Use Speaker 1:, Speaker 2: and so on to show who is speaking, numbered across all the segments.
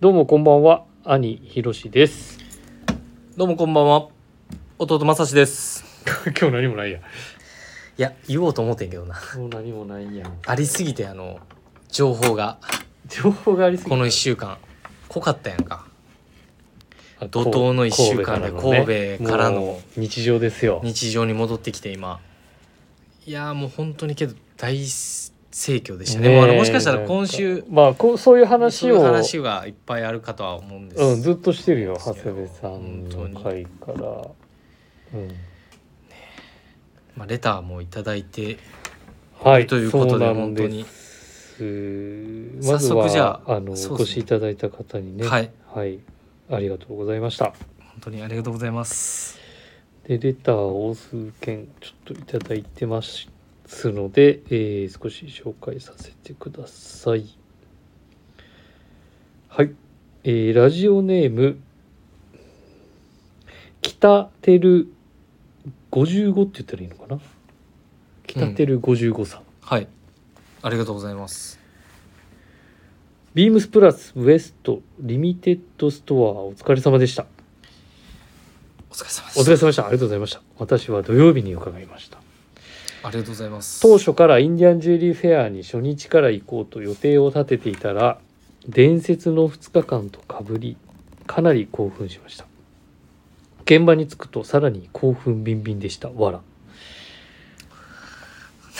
Speaker 1: どうもこんばんは兄ひろしです
Speaker 2: どうもこんばんは弟まさしです
Speaker 1: 今日何もないや
Speaker 2: いや言おうと思ってんけどな
Speaker 1: もう何もないやん
Speaker 2: ありすぎてあの情報が
Speaker 1: 情報がありすぎ
Speaker 2: この1
Speaker 1: 一
Speaker 2: 週間濃かったやんか怒涛の一週間で神戸からの
Speaker 1: 日常ですよ
Speaker 2: 日常に戻ってきて今いやーもう本当にけど大盛況でしたね
Speaker 1: ねえ
Speaker 2: もうあのもしかしたら今
Speaker 1: なん
Speaker 2: 週
Speaker 1: かまあこうそういう
Speaker 2: そ
Speaker 1: 話
Speaker 2: ういう
Speaker 1: を
Speaker 2: 話がいっぱいあるかとは思うんです、
Speaker 1: うん、ずっとしてるよ
Speaker 2: そ
Speaker 1: 長
Speaker 2: うですよ
Speaker 1: 谷部さんの回から、うん、
Speaker 2: まあ、レターもいただいて
Speaker 1: はい
Speaker 2: ということで
Speaker 1: そうなん
Speaker 2: 本
Speaker 1: すまず
Speaker 2: 早速じ
Speaker 1: は
Speaker 2: ゃあ
Speaker 1: あの、
Speaker 2: そう
Speaker 1: お
Speaker 2: ですね
Speaker 1: 越しいただいた方にね
Speaker 2: はい、
Speaker 1: はい、ありがとうございました
Speaker 2: 本当にありがとうございます
Speaker 1: でレターを数件ちょっといただいてますので、えー少し紹介させてくださいはい、えーラジオネーム北てる55って言ったらいいのかな北てる55さん、
Speaker 2: はいありがとうございます
Speaker 1: ビームスプラスウエストリミテッドストアお疲れ様でした
Speaker 2: お疲れ様で
Speaker 1: お
Speaker 2: し
Speaker 1: 疲
Speaker 2: た
Speaker 1: れ様でしたありがとうございました私は土曜日に伺いました
Speaker 2: ありがとうございます
Speaker 1: 当初からインディアンジュエリーフェアに初日から行こうと予定を立てていたら伝説の2日間とかぶりかなり興奮しました現場に着くとさらに興奮ビンビンでしたわら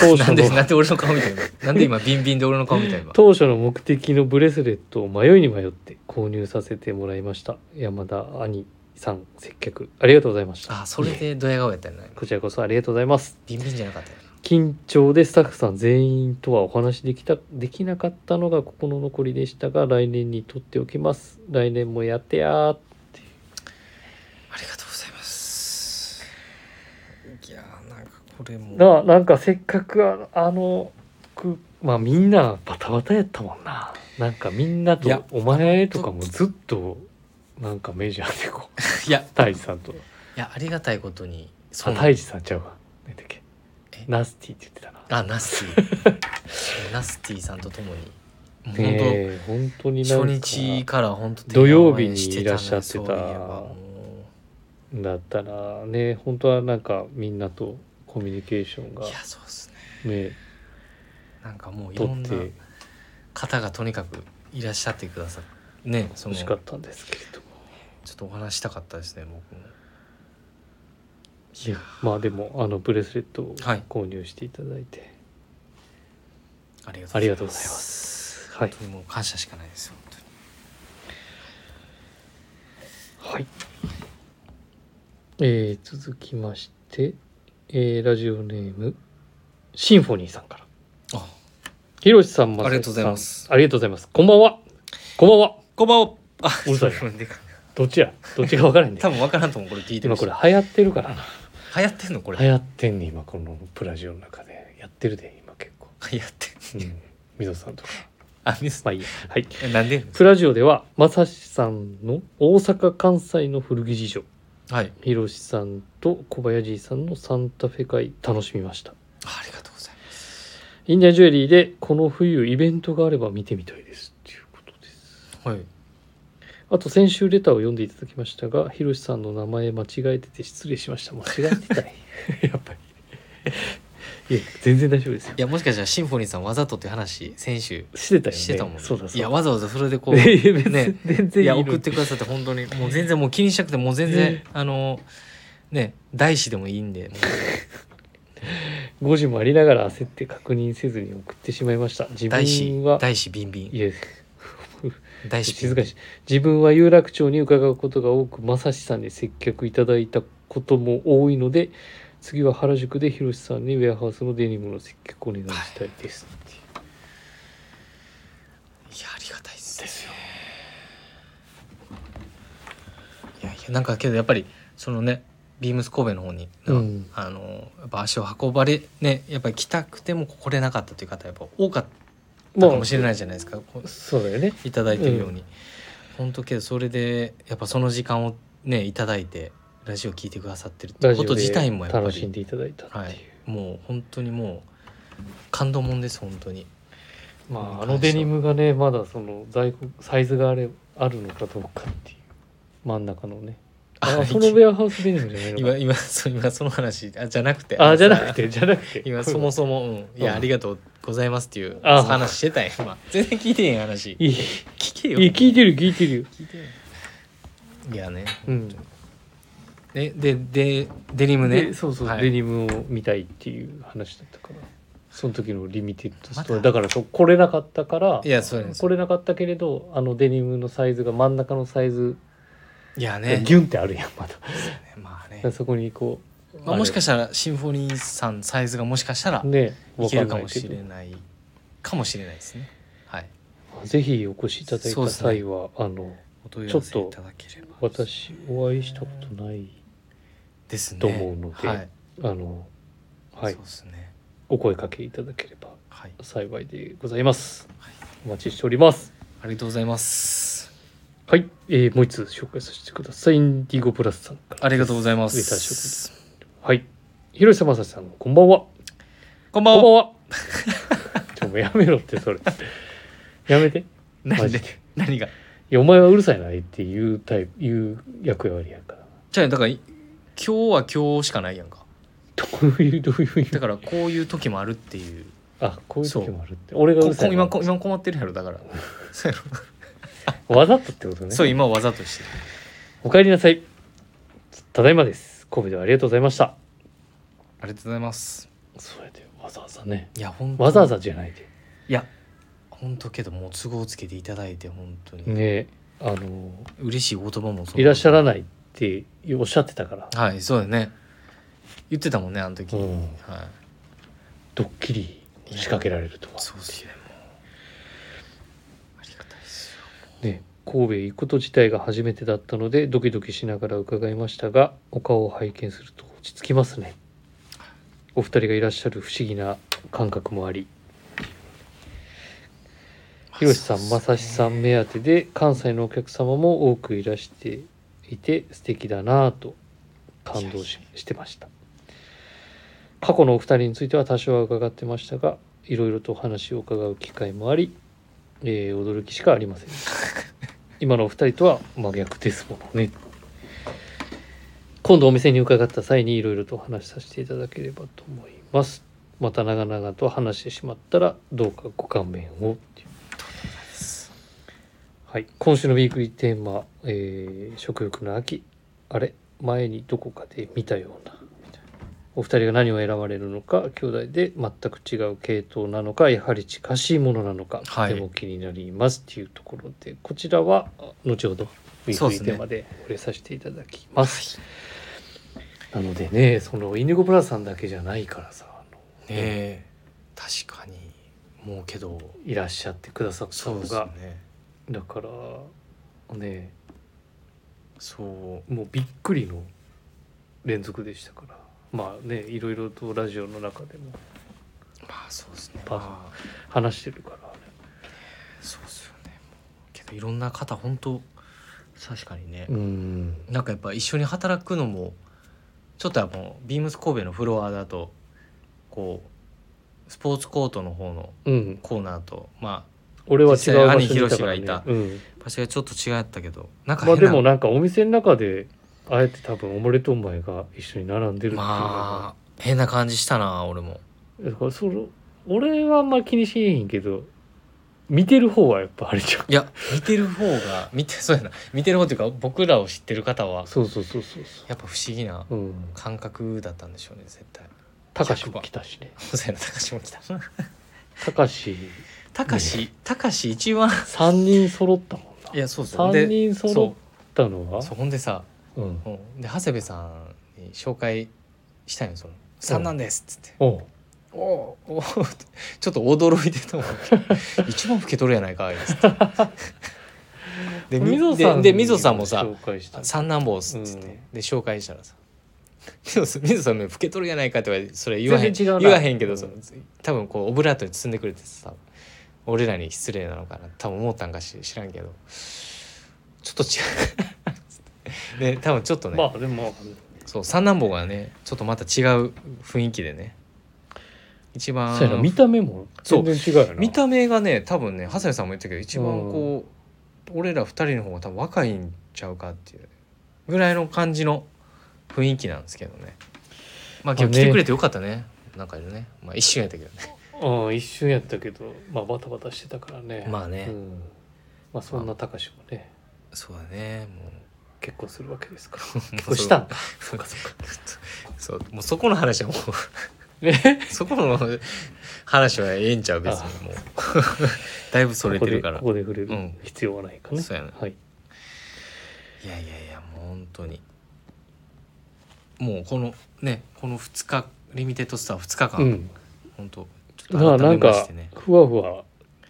Speaker 1: 当
Speaker 2: な
Speaker 1: 初
Speaker 2: んで、
Speaker 1: の
Speaker 2: なんで俺の顔みたいな。なんで今、ビンビンで俺の顔みたいな。
Speaker 1: 当初の目的のブレスレットを迷いに迷って購入させてもらいました山田兄さん接客ありがとうございました
Speaker 2: あ、それでドヤ顔やったよね。
Speaker 1: こちらこそありがとうございます
Speaker 2: ビンビンじゃなかったよな。
Speaker 1: 緊張でスタッフさん全員とはお話できたできなかったのがここの残りでしたが来年にとっておきます来年もやってやー
Speaker 2: ありがとうございます。いやー、なんかこれも。
Speaker 1: ななんかせっかくああのくまあみんなバタバタやったもんななんかみんないと
Speaker 2: や
Speaker 1: お前とかもずっとなんかメジャーでこう
Speaker 2: いや、い
Speaker 1: 太一さんと
Speaker 2: や、ありがたいことに。
Speaker 1: あ
Speaker 2: そうな
Speaker 1: 太
Speaker 2: の
Speaker 1: 一さんちゃうわ何だっけ
Speaker 2: え
Speaker 1: ナスティって言ってたな
Speaker 2: あ、ナスティ。 ナスティさんと共に。もう
Speaker 1: ね
Speaker 2: 本
Speaker 1: え本当に
Speaker 2: 当、
Speaker 1: なん
Speaker 2: 初
Speaker 1: か
Speaker 2: 日から本当
Speaker 1: 土曜日にいらっしゃってた
Speaker 2: そういえばも
Speaker 1: だったらね本当はなんかみんなとコミュニケーション
Speaker 2: う
Speaker 1: が
Speaker 2: いや、そうですね。
Speaker 1: ね
Speaker 2: なんかもうい
Speaker 1: 取
Speaker 2: ろ
Speaker 1: っ
Speaker 2: んな
Speaker 1: て
Speaker 2: 方がとにかくいらっしゃってください。ね、そ
Speaker 1: 欲
Speaker 2: の。
Speaker 1: しかったんですけれども
Speaker 2: ちょっとお話したかったですね、僕も。
Speaker 1: いやまあでもあのブレスレットを
Speaker 2: はい
Speaker 1: 購入していただいて、
Speaker 2: ありがとうございます。
Speaker 1: ありがとうございますはい
Speaker 2: 本当にもう感謝しかないですよ、本当に。
Speaker 1: はい、えー続きまして、えーラジオネームシンフォニーさんから
Speaker 2: あ
Speaker 1: ひろしさん
Speaker 2: ありがとうございます
Speaker 1: さんありがとうございますこんばんはこんばんは
Speaker 2: こんばんは。あ、
Speaker 1: うるさい
Speaker 2: 自分で
Speaker 1: どっちやどっちが分からへんねん
Speaker 2: 多分わからんと思う、これ聞い てる
Speaker 1: 今
Speaker 2: 人
Speaker 1: これ流行ってるからな
Speaker 2: 流行ってんの、これ。
Speaker 1: 流行ってんねん今このプラジオの中でやってるで今結構
Speaker 2: 流行ってん
Speaker 1: うん溝さんとか
Speaker 2: あ、ミス。
Speaker 1: まあいいやはい
Speaker 2: えなんで
Speaker 1: プラジオでは正志さんの大阪関西の古着事情
Speaker 2: はい。
Speaker 1: ひろしさんと小林さんのサンタフェ会楽しみました
Speaker 2: あありがとうございます。
Speaker 1: インディアンジュエリーでこの冬イベントがあれば見てみたいですっていうことです
Speaker 2: はい。
Speaker 1: あと先週レターを読んでいただきましたがひろしさんの名前間違えてて失礼しました間違ってたい やっぱりいや全然大丈夫ですよ
Speaker 2: いや、もしかしたらシンフォニーさんわざとって話、先週
Speaker 1: してたよね
Speaker 2: してたもんね。
Speaker 1: そうだそうだ
Speaker 2: いや、わざわざそれでこ う、
Speaker 1: いや別に
Speaker 2: ね。
Speaker 1: 全
Speaker 2: い
Speaker 1: 然いい
Speaker 2: や、
Speaker 1: のに
Speaker 2: 送ってくださって、本当に、もう全然もう気にしなくて、もう全然、あの、ね、大師でもいいんで、も
Speaker 1: 誤字もありながら焦って確認せずに送ってしまいました自
Speaker 2: う大師
Speaker 1: 分は、
Speaker 2: 大師ビンビン
Speaker 1: い。や
Speaker 2: 大師ビン
Speaker 1: 静
Speaker 2: ビ
Speaker 1: か
Speaker 2: ン
Speaker 1: にし自分は有楽町に伺うことが多く正志さんに接客いただいたことも多いので次は原宿で広志さんにウェアハウスのデニムの接客をお願いしたいです、
Speaker 2: いやありがたいですですよいやいやなんかけどやっぱりそのねビームス神戸の方に、
Speaker 1: うん
Speaker 2: あのやっぱ足を運ばれねやっぱり来たくても来れなかったという方やっぱ多かったかもしれないじゃないですか、こう
Speaker 1: そうだよね
Speaker 2: いただいてるように、本当けどそれでやっぱその時間をねいただいてラジオ聞いてくださってるって
Speaker 1: ラ
Speaker 2: こ
Speaker 1: ジオ
Speaker 2: と自体
Speaker 1: で
Speaker 2: もやっぱ
Speaker 1: 楽しん
Speaker 2: り、
Speaker 1: でいただいたっていう、
Speaker 2: はい、もう本当にもう感動もんです本当に
Speaker 1: まああのデニムがねまだその在庫サイズがあれあるのかどうかっていう真ん中のね
Speaker 2: あ
Speaker 1: あそのウェアハウスデニムじゃないの
Speaker 2: 今
Speaker 1: か
Speaker 2: 今 そう今その話あじゃなくて
Speaker 1: あじゃな
Speaker 2: て
Speaker 1: くてじゃなくて
Speaker 2: 今そもそも、うん、いや、
Speaker 1: うん
Speaker 2: ありがとうございますっていう
Speaker 1: あ
Speaker 2: 話してたよ 今全然聞いてへん話
Speaker 1: いいい
Speaker 2: 聞けよ
Speaker 1: い聞いてる聞いてるよ
Speaker 2: 聞いてよいやね
Speaker 1: うん
Speaker 2: でででデニムね
Speaker 1: でそうそう、
Speaker 2: はい
Speaker 1: デニムを見たいっていう話だったからその時のリミテッドストア
Speaker 2: ま
Speaker 1: だ
Speaker 2: だ
Speaker 1: からそう来れなかったから
Speaker 2: いやそうなんです
Speaker 1: 来れなかったけれどあのデニムのサイズが真ん中のサイズ
Speaker 2: いや
Speaker 1: が
Speaker 2: ね
Speaker 1: ギュンってあるやんまだ、
Speaker 2: まあね
Speaker 1: だからそこにこう、
Speaker 2: まあ、もしか
Speaker 1: し
Speaker 2: したらシンフォニーさんサイズがもしかしたら
Speaker 1: ね
Speaker 2: いけるかも
Speaker 1: け
Speaker 2: し
Speaker 1: ど
Speaker 2: れないかもしれないですねはい
Speaker 1: ぜひお越しいただい
Speaker 2: そう
Speaker 1: た
Speaker 2: ですね
Speaker 1: 際は、あの
Speaker 2: お問い合わせいただければ
Speaker 1: 私お会いしたことない
Speaker 2: ですね
Speaker 1: と思うので
Speaker 2: はい、
Speaker 1: あのはい
Speaker 2: そうですね
Speaker 1: お声かけいただければ
Speaker 2: はい
Speaker 1: 幸いでございます、
Speaker 2: はい
Speaker 1: お待ちしております
Speaker 2: ありがとうございます
Speaker 1: はい、えーもう一つ紹介させてくださいインディゴプラスさんから
Speaker 2: ありがとうございま
Speaker 1: レター紹介ですはい広瀬正史さんこんばんは
Speaker 2: こんばん
Speaker 1: こん
Speaker 2: は
Speaker 1: ばんは ちょもうやめろってそれやめてマ
Speaker 2: 何
Speaker 1: ジ
Speaker 2: で
Speaker 1: で
Speaker 2: 何が
Speaker 1: いやお前はうるさいなっていうタイプいう役割やから
Speaker 2: じゃあだからい今日は今日しかないやんか
Speaker 1: どういうどういう意味
Speaker 2: だからこういう時もあるっていう
Speaker 1: あこういう時もあるって俺がう
Speaker 2: こ
Speaker 1: るさいな
Speaker 2: 今こ今困ってるやろ だからそうや
Speaker 1: わざとってこと
Speaker 2: ろ
Speaker 1: ね
Speaker 2: そう今わざとしてる
Speaker 1: お帰りなさいただいまです神戸ではありがとうございました
Speaker 2: ありがとうございます
Speaker 1: それでわざわざね
Speaker 2: いや本当
Speaker 1: わざわざじゃないで
Speaker 2: いや本当けどもう都合つけていただいて本当に、
Speaker 1: ねあの
Speaker 2: 嬉しいお言葉もそう
Speaker 1: いらっしゃら
Speaker 2: い
Speaker 1: ないっておっしゃってたから
Speaker 2: はいそうだね言ってたもんねあの時、
Speaker 1: うん
Speaker 2: はい
Speaker 1: ドッキリに仕掛けられるとは
Speaker 2: そうですねもうありがたいですよ
Speaker 1: ね神戸へ行くこと自体が初めてだったのでドキドキしながら伺いましたがお顔を拝見すると落ち着きますねお二人がいらっしゃる不思議な感覚もありひろしさん、まさしさん目当てで関西のお客様も多くいらしていて素敵だなぁと感動ししてました過去のお二人については多少は伺ってましたがいろいろとお話を伺う機会もあり、えー驚きしかありません今のお二人とは真逆ですものね今度お店に伺った際にいろいろとお話しさせていただければと思いますまた長々と話してしまったらどうかご勘弁をっていうはい、今週のウィークリーテーマ、えー食欲の秋あれ前にどこかで見たようなみたいなお二人が何を選ばれるのか兄弟で全く違う系統なのかやはり近しいものなのか、
Speaker 2: はい
Speaker 1: でも気になりますっていうところでこちらはあ後ほどウィー
Speaker 2: そう
Speaker 1: ク
Speaker 2: で
Speaker 1: リー
Speaker 2: すね
Speaker 1: テーマで触れさせていただきます。なのでねそのインディゴプラスさんだけじゃないからさあの
Speaker 2: ねえ確かにもうけど
Speaker 1: いらっしゃってくださった
Speaker 2: そ
Speaker 1: の
Speaker 2: う
Speaker 1: が
Speaker 2: ですね
Speaker 1: だからね
Speaker 2: そう
Speaker 1: もうびっくりの連続でしたからまあねいろいろとラジオの中でも
Speaker 2: まあそうですね
Speaker 1: パ
Speaker 2: まあ
Speaker 1: 話してるからね
Speaker 2: そうですよねけどいろんな方本当確かにね、
Speaker 1: ん
Speaker 2: なんかやっぱ一緒に働くのもちょっとはもうビームス神戸のフロアだとこうスポーツコートの方の
Speaker 1: うん
Speaker 2: コーナーとま
Speaker 1: 俺は違う場
Speaker 2: 実際兄
Speaker 1: 所にいたから、ね、
Speaker 2: ヒロシがいた
Speaker 1: うん
Speaker 2: あ場所がちょっと違ったけどなんか
Speaker 1: まあ
Speaker 2: 変
Speaker 1: で
Speaker 2: な、
Speaker 1: もなんかお店の中であえて多分オムレトン前が一緒に並んでるっていうのが、
Speaker 2: まあ変な感じしたな俺も
Speaker 1: だからその俺はあんま気にしへんけど見てる方はやっぱあれじゃん
Speaker 2: いや見てる方が 見てそうやな見てる方っていうか僕らを知ってる方は
Speaker 1: そうそうそうそうそ
Speaker 2: やっぱ不思議な
Speaker 1: ううん
Speaker 2: 感覚だったんでしょうね絶対
Speaker 1: たかしも来たしね
Speaker 2: そうやな高志も来た
Speaker 1: たかし
Speaker 2: 高志高志一番
Speaker 1: 3人揃ったもんない
Speaker 2: やそうそう
Speaker 1: 3
Speaker 2: で
Speaker 1: 人揃ったのは
Speaker 2: そうほんでさ
Speaker 1: うん
Speaker 2: うん、で長谷部さんに紹介したんよその「三なんです」っつって
Speaker 1: おう
Speaker 2: 「おおうおうってちょっと驚いてたもん一番老けとるやないかあいつってでみででみぞさんもさ
Speaker 1: 紹介した
Speaker 2: 「三男坊っす」っつって、
Speaker 1: うん
Speaker 2: で紹介したらさ 「みぞさんみぞさんも老けとるやないか」って言われてそれ言わへん
Speaker 1: 全然違うな
Speaker 2: 言わへんけどさ、
Speaker 1: うん
Speaker 2: 多分こうオブラートに包んでくれてさ俺らに失礼なのかな多分思ったんかし知らんけどちょっと違 うで多分ちょっとね、
Speaker 1: まあでも
Speaker 2: そう三男坊がねちょっとまた違う雰囲気でね一番
Speaker 1: そうやな見た目も全然違うよな
Speaker 2: 見た目がね多分ね長谷さんも言ったけど一番こう、俺ら二人の方が多分若いんちゃうかっていうぐらいの感じの雰囲気なんですけどねまあ今日来てくれてよかったねなんかいるねまあ一瞬やったけどね
Speaker 1: うん、一瞬やったけど、まあ、バタバタしてたからね。
Speaker 2: まあね
Speaker 1: うんまあ、そんな高志もね、
Speaker 2: そうだねもう
Speaker 1: 結婚するわけですから。
Speaker 2: 結
Speaker 1: 結婚したんだ。
Speaker 2: そうかそうかそうもうそこの話はもう
Speaker 1: ね。
Speaker 2: そこの話はええんちゃう別に もうだいぶそれてるから
Speaker 1: ここでここで触れ
Speaker 2: う
Speaker 1: る
Speaker 2: ん
Speaker 1: 必要はないかね。
Speaker 2: そうやな
Speaker 1: はい。
Speaker 2: いやいやいやもう本当にもうこのねこの2日リミテッドスター2日間、
Speaker 1: うん。
Speaker 2: 本当ちょ
Speaker 1: ま
Speaker 2: っと
Speaker 1: あ、な
Speaker 2: 改め
Speaker 1: んか
Speaker 2: ましてね、
Speaker 1: ふわふわ、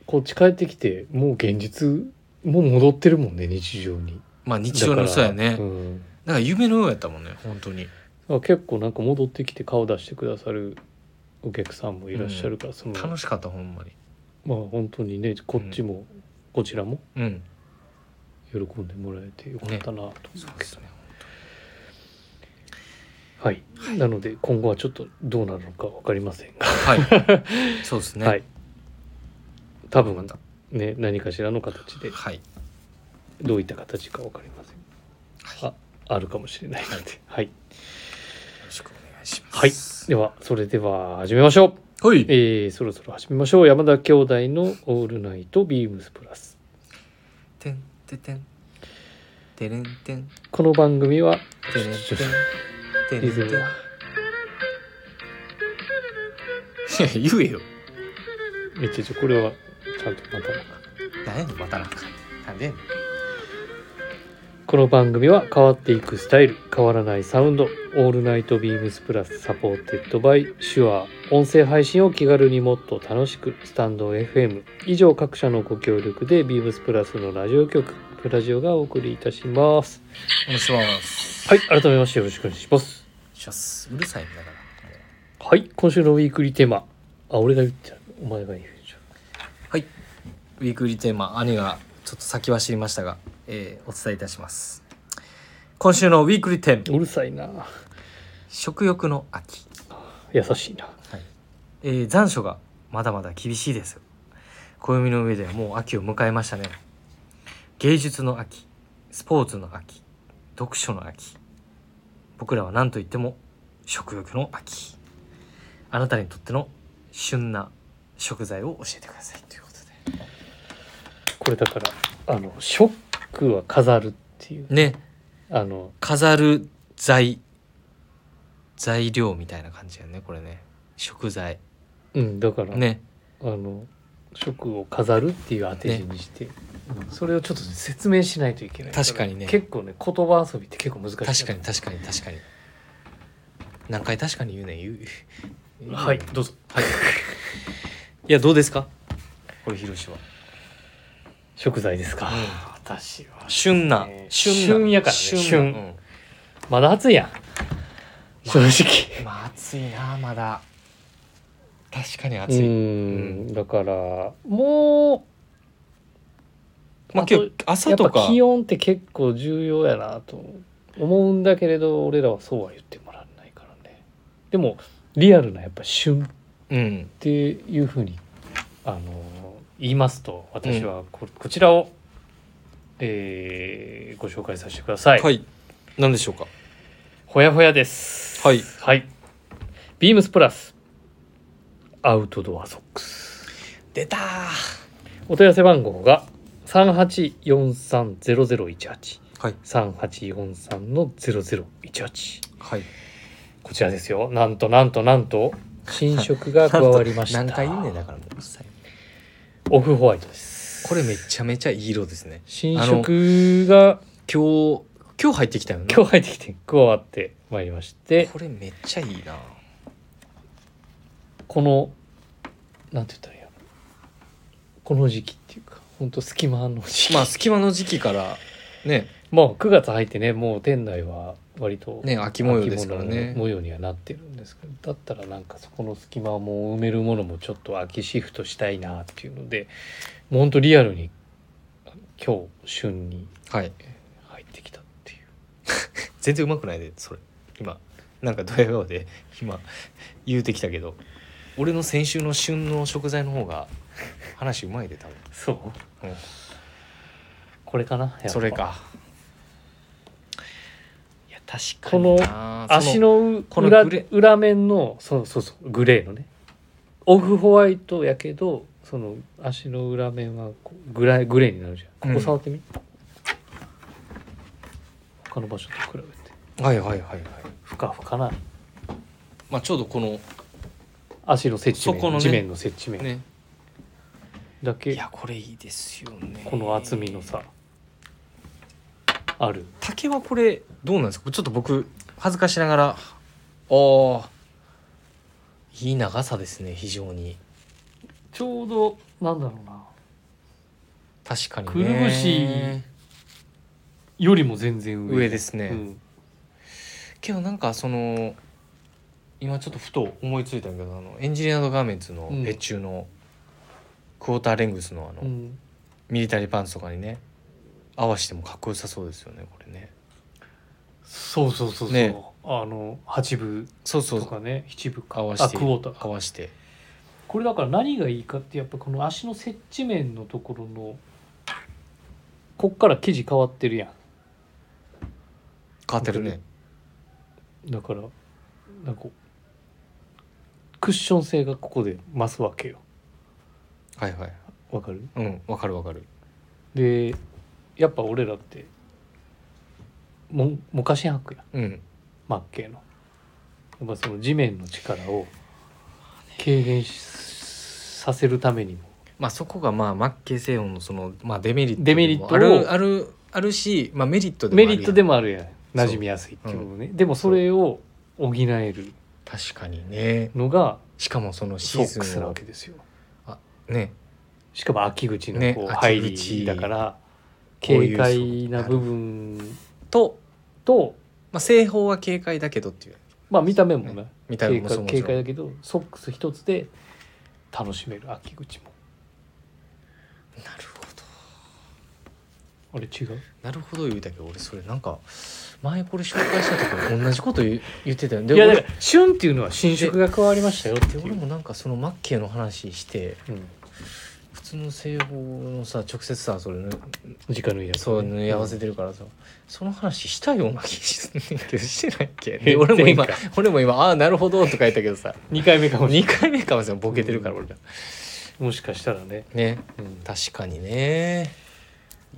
Speaker 1: こっち帰ってきて、もう現実、もう戻ってるもんね、日常に。
Speaker 2: まあ日常のそうや
Speaker 1: だ
Speaker 2: ね
Speaker 1: からうん
Speaker 2: なんか夢のようやったもんね本当に
Speaker 1: あ結構なんか戻ってきて顔出してくださるお客さんもいらっしゃるから、その
Speaker 2: 楽しかったほんまに
Speaker 1: まあ本当にねこっちも、こちらも
Speaker 2: うん
Speaker 1: 喜んでもらえてよかったなと思うけど、
Speaker 2: そうですね
Speaker 1: はい、なので今後はちょっとどうなるのか分かりませんが、
Speaker 2: は いそうですね
Speaker 1: はい多
Speaker 2: ま
Speaker 1: 分
Speaker 2: た
Speaker 1: ね何かしらの形で
Speaker 2: はい
Speaker 1: どういった形か分かりません
Speaker 2: はいよ
Speaker 1: あるかもしれないのではい、
Speaker 2: ろしくお願いしま
Speaker 1: はい
Speaker 2: す
Speaker 1: ではそれでは始めましょう
Speaker 2: はいはい
Speaker 1: えーそろそろ始めましょう山田兄弟の「オールナイトビームスプラス」
Speaker 2: てんててんてれんてん
Speaker 1: この番組は
Speaker 2: てれんてんてれ
Speaker 1: リ
Speaker 2: ん
Speaker 1: ズ
Speaker 2: てん
Speaker 1: ムが
Speaker 2: いや言えよ
Speaker 1: めっちゃちょこれはちゃんとまたな
Speaker 2: 何やねんまたなんかなんでやねん
Speaker 1: この番組は変わっていくスタイル変わらないサウンド「オールナイトビームスプラス」サポーテッドバイシュア音声配信を気軽にもっと楽しくスタンド FM 以上各社のご協力でビームスプラスのラジオ局プラジオがお送りいたします
Speaker 2: お願いします
Speaker 1: はい改めましてよろしくお願いします
Speaker 2: しますうるさいんだからもう
Speaker 1: はい今週のウィークリーテーマあ俺が言っちゃうお前が言うじゃん
Speaker 2: はいウィークリーテーマ兄がちょっと先は知りましたが、えーお伝えいたします今週のウィークリーテーマ
Speaker 1: うるさいな
Speaker 2: 食欲の秋、
Speaker 1: 優しいな
Speaker 2: えー残暑がまだまだ厳しいですよ暦の上ではもう秋を迎えましたね芸術の秋スポーツの秋読書の秋僕らは何と言っても食欲の秋あなたにとっての旬な食材を教えてくださいということで
Speaker 1: これだからあのショックは飾るっていう
Speaker 2: ね
Speaker 1: あの
Speaker 2: 飾る材材料みたいな感じやねこれね食材
Speaker 1: うんだから
Speaker 2: ね
Speaker 1: あの食を飾るっていう当て字にして、それをちょっと説明しないといけないら
Speaker 2: 確かにね
Speaker 1: 結構ね言葉遊びって結構難しい
Speaker 2: 確かに確かに確かに何回確かに言うねん言う言う
Speaker 1: はいどうぞ
Speaker 2: はいいやどうですかこれ広島は
Speaker 1: 食材ですか、
Speaker 2: うん
Speaker 1: 私は
Speaker 2: 旬な
Speaker 1: ね
Speaker 2: な
Speaker 1: 旬やからね
Speaker 2: な
Speaker 1: 旬
Speaker 2: うん
Speaker 1: まだ暑いやん正直
Speaker 2: まあ暑いなまだ確かに
Speaker 1: う
Speaker 2: 暑い、
Speaker 1: んだからも
Speaker 2: まあ
Speaker 1: あと
Speaker 2: 今日
Speaker 1: うや
Speaker 2: 朝
Speaker 1: っ
Speaker 2: と
Speaker 1: ぱ
Speaker 2: か
Speaker 1: 気温って結構重要やなと思うんだけれど俺らはそうは言ってもらえないからねでもリアルなやっぱ旬
Speaker 2: うん
Speaker 1: っていうふうにあの言いますと私はこ,、こちらを、えーご紹介させてください。
Speaker 2: はい何でしょうか
Speaker 1: ほやほやです。
Speaker 2: はい
Speaker 1: はい。ビームスプラスアウトドアソックス。
Speaker 2: 出たー
Speaker 1: お問い合わせ番号が三八四三ゼロゼロ一八
Speaker 2: はい
Speaker 1: 三八四三のゼロゼロ一八。
Speaker 2: はい
Speaker 1: こちらですよ。なんとなんとなんと新色 が加わりました。
Speaker 2: 何回言うねんだからもううるさい
Speaker 1: オフホワイトです。
Speaker 2: これめちゃめちゃいい色ですね
Speaker 1: 新色が
Speaker 2: 今日今日入ってきたよね
Speaker 1: 今日入ってきて加わってまいりまして
Speaker 2: これめっちゃいいな
Speaker 1: このなんて言ったらいいやこの時期っていうかほんと隙間の時期
Speaker 2: まあ隙間の時期からね
Speaker 1: まあ9月入ってねもう店内は割と
Speaker 2: ね秋模様ですから
Speaker 1: 秋
Speaker 2: ね
Speaker 1: 模様にはなってるんですけどだったらなんかそこの隙間をもう埋めるものもちょっと秋シフトしたいなっていうのでもうほんとリアルに今日旬に
Speaker 2: はい
Speaker 1: 入ってきたっていう
Speaker 2: 全然うまくないでそれ今なんかドヤ顔で今言うてきたけど俺の先週の旬の食材の方が話うまいで多分
Speaker 1: そう
Speaker 2: うん
Speaker 1: これかなやっぱ
Speaker 2: それかいや確か
Speaker 1: こ
Speaker 2: に
Speaker 1: の
Speaker 2: な
Speaker 1: 足
Speaker 2: の
Speaker 1: の
Speaker 2: この
Speaker 1: 裏
Speaker 2: グレ
Speaker 1: 裏面のそうそうそうグレーのねオフホワイトやけどその足の裏面はこうグラグレーになるじゃんここ触ってみ、他の場所と比べて
Speaker 2: はいはいはいはい
Speaker 1: ふかふかな
Speaker 2: まあちょうどこの
Speaker 1: 足の接地面
Speaker 2: そこのね
Speaker 1: 地面の接地面
Speaker 2: ね
Speaker 1: だ
Speaker 2: い
Speaker 1: け、
Speaker 2: やこれいいですよね
Speaker 1: この厚みのさある
Speaker 2: 竹はこれどうなんですかちょっと僕恥ずかしながらあーいい長さですね非常に
Speaker 1: ちょうどなんだろうな
Speaker 2: 確かにね
Speaker 1: くるぶしよりも全然上
Speaker 2: 上ですね、
Speaker 1: うん
Speaker 2: けどなんかその今ちょっとふと思いついたけどあのエンジニアードガーメンツの
Speaker 1: うん
Speaker 2: 別注のクォーターレングスのあの、
Speaker 1: うん
Speaker 2: ミリタリーパンツとかにね合わせてもかっこよさそうですよねこれね
Speaker 1: そうそうそうそう、
Speaker 2: ね
Speaker 1: あの八分
Speaker 2: そうそ
Speaker 1: と
Speaker 2: う
Speaker 1: かね七分か
Speaker 2: 合わせて
Speaker 1: あクォーターか
Speaker 2: 合わせて
Speaker 1: これだから何がいいかってやっぱこの足の接地面のところのこっから生地変わってるや
Speaker 2: 変わってるね
Speaker 1: んだからなんかクッション性がここで増すわけよ
Speaker 2: はいはい
Speaker 1: わかる
Speaker 2: うんわかるわかる
Speaker 1: でやっぱ俺らっても昔履くやん
Speaker 2: うん
Speaker 1: マッケイのやっぱその地面の力を軽減しさせるためにも
Speaker 2: まあそこがまあマッケイ製法のそのまあデメリット
Speaker 1: デメリットを
Speaker 2: でもあるあるあるしまあメリットでもあ
Speaker 1: メ
Speaker 2: るやん
Speaker 1: リットでもあるやん馴染みやすいっていうのね、でもそれを補える
Speaker 2: 確かにね
Speaker 1: のが
Speaker 2: しかもそのシ
Speaker 1: ソッ
Speaker 2: ー
Speaker 1: ク
Speaker 2: ズ
Speaker 1: ス
Speaker 2: ン
Speaker 1: な
Speaker 2: を
Speaker 1: わけですよ
Speaker 2: ね
Speaker 1: しかも秋口の
Speaker 2: ね
Speaker 1: こう
Speaker 2: 秋
Speaker 1: 入
Speaker 2: 口
Speaker 1: りだから
Speaker 2: こう
Speaker 1: 軽
Speaker 2: いう
Speaker 1: 快な部分
Speaker 2: と
Speaker 1: と
Speaker 2: まあ製法は警戒だけどっていう
Speaker 1: まあ見た目もね
Speaker 2: みたい
Speaker 1: 軽
Speaker 2: なもそう
Speaker 1: 快軽
Speaker 2: もちろ
Speaker 1: 快だ
Speaker 2: ん
Speaker 1: けどソックス一つで楽しめる秋口も
Speaker 2: なるほど
Speaker 1: あれ違う
Speaker 2: なるほど言うたけど俺それなんか前これ紹介した時も同じこと言う 言ってたよね
Speaker 1: いやだか
Speaker 2: 俺
Speaker 1: ら旬っていうのは新色が変わりましたよって
Speaker 2: で
Speaker 1: い
Speaker 2: 俺
Speaker 1: う、
Speaker 2: もなんかそのマッケイの話して
Speaker 1: うん、
Speaker 2: 普通の製法のさ直接さそれ、ね、
Speaker 1: 直縫いやつね
Speaker 2: そう縫い合わせてるからさ、その話したような気すんねんけどしてないっけ、
Speaker 1: え
Speaker 2: で俺も今
Speaker 1: 前
Speaker 2: 俺も今「ああなるほど」とか言ったけどさ
Speaker 1: 2回目かも しれ
Speaker 2: 2回目かもしれないボケてるから俺ら
Speaker 1: ないもしかしたらね、
Speaker 2: ね
Speaker 1: うんっ
Speaker 2: 確かにね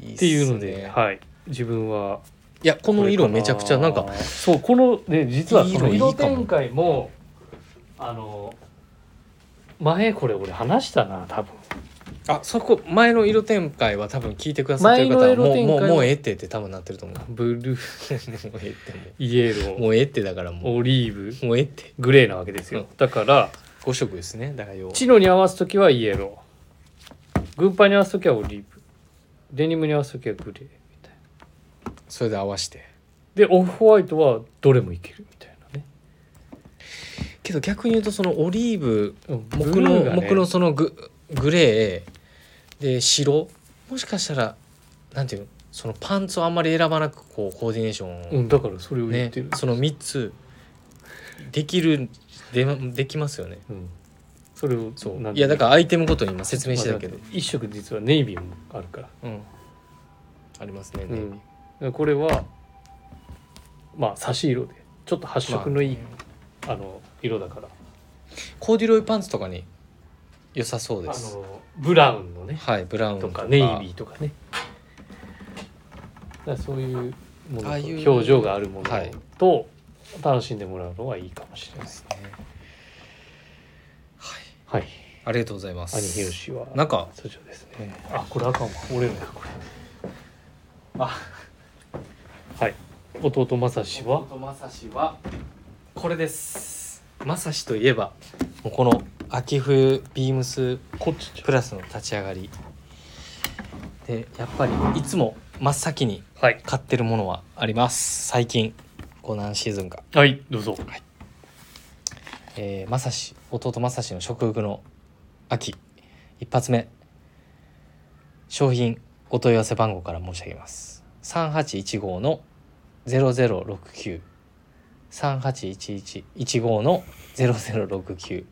Speaker 2: いいっすね
Speaker 1: ていうので、はい、自分はい
Speaker 2: やこの色めちゃくちゃなんか
Speaker 1: そうこのね実はこの
Speaker 2: いい色い
Speaker 1: 色
Speaker 2: いかも
Speaker 1: 展開もあの前これ俺話したな多分
Speaker 2: あそこ前の色展開は多分聞いてくださってる方は
Speaker 1: 前の
Speaker 2: も
Speaker 1: 色
Speaker 2: う
Speaker 1: 展開
Speaker 2: も
Speaker 1: は
Speaker 2: うもうええってって多分なってると思うも
Speaker 1: ブルー
Speaker 2: うええっても
Speaker 1: イエロー
Speaker 2: うもうええってだからも
Speaker 1: オリーブ
Speaker 2: うもうええって
Speaker 1: グレーなわけですよだから
Speaker 2: 5色ですねだから要は
Speaker 1: チノに合わす時はイエロー軍配に合わす時はオリーブデニムに合わす時はグレーみたいな
Speaker 2: それで合わせて
Speaker 1: でオフホワイトはどれもいけるみたいなね
Speaker 2: けど逆に言うとそのオリーブ
Speaker 1: うん
Speaker 2: 木
Speaker 1: ブル
Speaker 2: の、
Speaker 1: ーがね
Speaker 2: 木のそのググレーで白もしかしたらなんていうのそのパンツをあんまり選ばなくこうコーディネーショ
Speaker 1: う
Speaker 2: ンを
Speaker 1: んだからそれを言っ
Speaker 2: ね
Speaker 1: てる、
Speaker 2: その3つできるでできますよね
Speaker 1: うんそれを
Speaker 2: そう
Speaker 1: なん
Speaker 2: いやだからアイテムごとに今説明してたけど、
Speaker 1: まあだって一色実はネイビーもあるから
Speaker 2: うん、ありますね、
Speaker 1: うんだからこれはまあ差し色でちょっと発色のいい、あ、の色だから
Speaker 2: コーデュロイパンツとかに良さそうで
Speaker 1: あ
Speaker 2: す
Speaker 1: のブラウンのね
Speaker 2: はいブラウン
Speaker 1: とかネイビーとかねだからそういうものと
Speaker 2: ああいう
Speaker 1: 表情があるもの
Speaker 2: はい
Speaker 1: と楽しんでもらうのはいいかもしれない
Speaker 2: で
Speaker 1: です
Speaker 2: すね
Speaker 1: はい
Speaker 2: ありがとうございます
Speaker 1: 兄ひろしは
Speaker 2: なんか
Speaker 1: そちらですねあこれあかんわ折れるやこれあはい弟正志は
Speaker 2: 弟まさしはこれですまさしといえばもうこの秋冬ビームス
Speaker 1: こっちじゃん
Speaker 2: プラスの立ち上がりでやっぱりいつも真っ先に
Speaker 1: はい
Speaker 2: 買ってるものはあります最近こう何シーズンか
Speaker 1: はいどうぞ
Speaker 2: えー、まさし弟まさしの食欲の秋一発目商品お問い合わせ番号から申し上げます3815の0069381115の0069、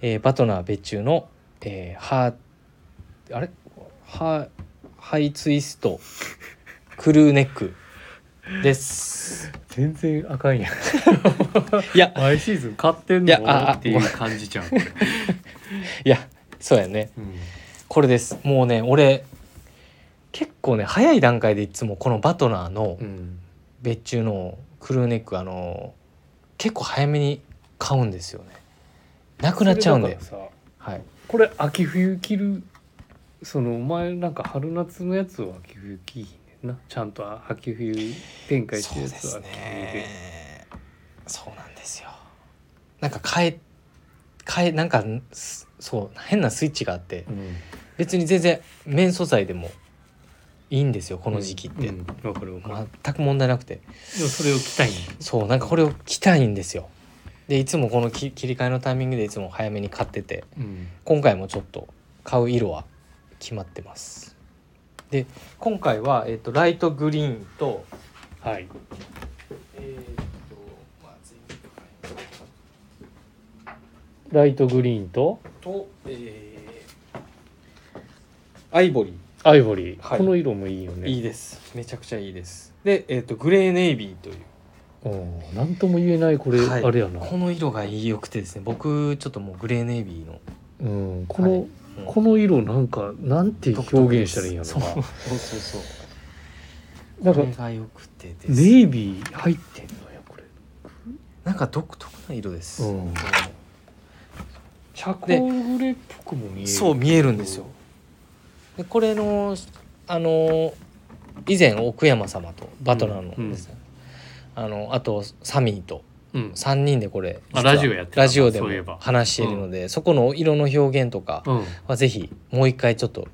Speaker 2: えー、バトナー別注の、えー、ハーあれハーハイツイストクルーネックです
Speaker 1: 全然あか んやん
Speaker 2: いや
Speaker 1: 毎シーズン買ってん
Speaker 2: い
Speaker 1: の
Speaker 2: やああ
Speaker 1: っていう感じちゃう、
Speaker 2: いやそうやね
Speaker 1: うん
Speaker 2: これですもうね俺結構ね早い段階でいつもこのバトナーの
Speaker 1: うん、
Speaker 2: 別注のクルーネックあの結構早めに買うんですよねなくなっちゃうん
Speaker 1: そ
Speaker 2: で
Speaker 1: れだからさ
Speaker 2: はい
Speaker 1: これ秋冬着るそのお前なんか春夏のやつを秋冬着いひんねんなちゃんと秋冬展開して
Speaker 2: そう
Speaker 1: る
Speaker 2: で
Speaker 1: やつ
Speaker 2: す
Speaker 1: は秋冬で
Speaker 2: ねそうなんですよなんか変え変えなんかすそう変なスイッチがあって
Speaker 1: うん
Speaker 2: 別に全然綿素材でもいいんですよこの時期って、
Speaker 1: うんうんわかるわかる、
Speaker 2: 全く問題なくて
Speaker 1: でもそれを着たいんや
Speaker 2: そうなんかこれを着たいんですよでいつもこのき切り替えのタイミングでいつも早めに買ってて
Speaker 1: うん
Speaker 2: 今回もちょっと買う色は決まってますで今回は、えっとライトグリーンと
Speaker 1: はい
Speaker 2: えっとまあ全部
Speaker 1: ライトグリーンと
Speaker 2: と、えー、アイボリ
Speaker 1: アイボリー、
Speaker 2: はい
Speaker 1: この色もいいよ
Speaker 2: ー、
Speaker 1: ね
Speaker 2: いいですめちゃくちゃいいですで、えー、とグレーネイビーという
Speaker 1: うんなんとも言えないこれ、
Speaker 2: はい
Speaker 1: あれやな
Speaker 2: この色が良くてですね僕ちょっともうグレーネイビーの、
Speaker 1: うんこの、
Speaker 2: はいうん
Speaker 1: この色なんかなんて表現したらいいんやろ
Speaker 2: そう
Speaker 1: な
Speaker 2: そうそうそう
Speaker 1: なん
Speaker 2: こ
Speaker 1: か
Speaker 2: れが良くてです
Speaker 1: ネイビー入ってんのよこれ
Speaker 2: なんか独特な色です、
Speaker 1: うん
Speaker 2: うん
Speaker 1: チャコーグレっぽくも見える
Speaker 2: そう見えるんですよでこれのあの以前奥山様とバトラー
Speaker 1: うんう
Speaker 2: の
Speaker 1: ん
Speaker 2: ですね、あのあとサミーと
Speaker 1: うん
Speaker 2: 3人でこれ
Speaker 1: あ
Speaker 2: 実は
Speaker 1: ラジオやってた
Speaker 2: ラジオでも
Speaker 1: そういえば
Speaker 2: 話しているのでそこの色の表現とか
Speaker 1: うん
Speaker 2: はぜひもう一回ちょっと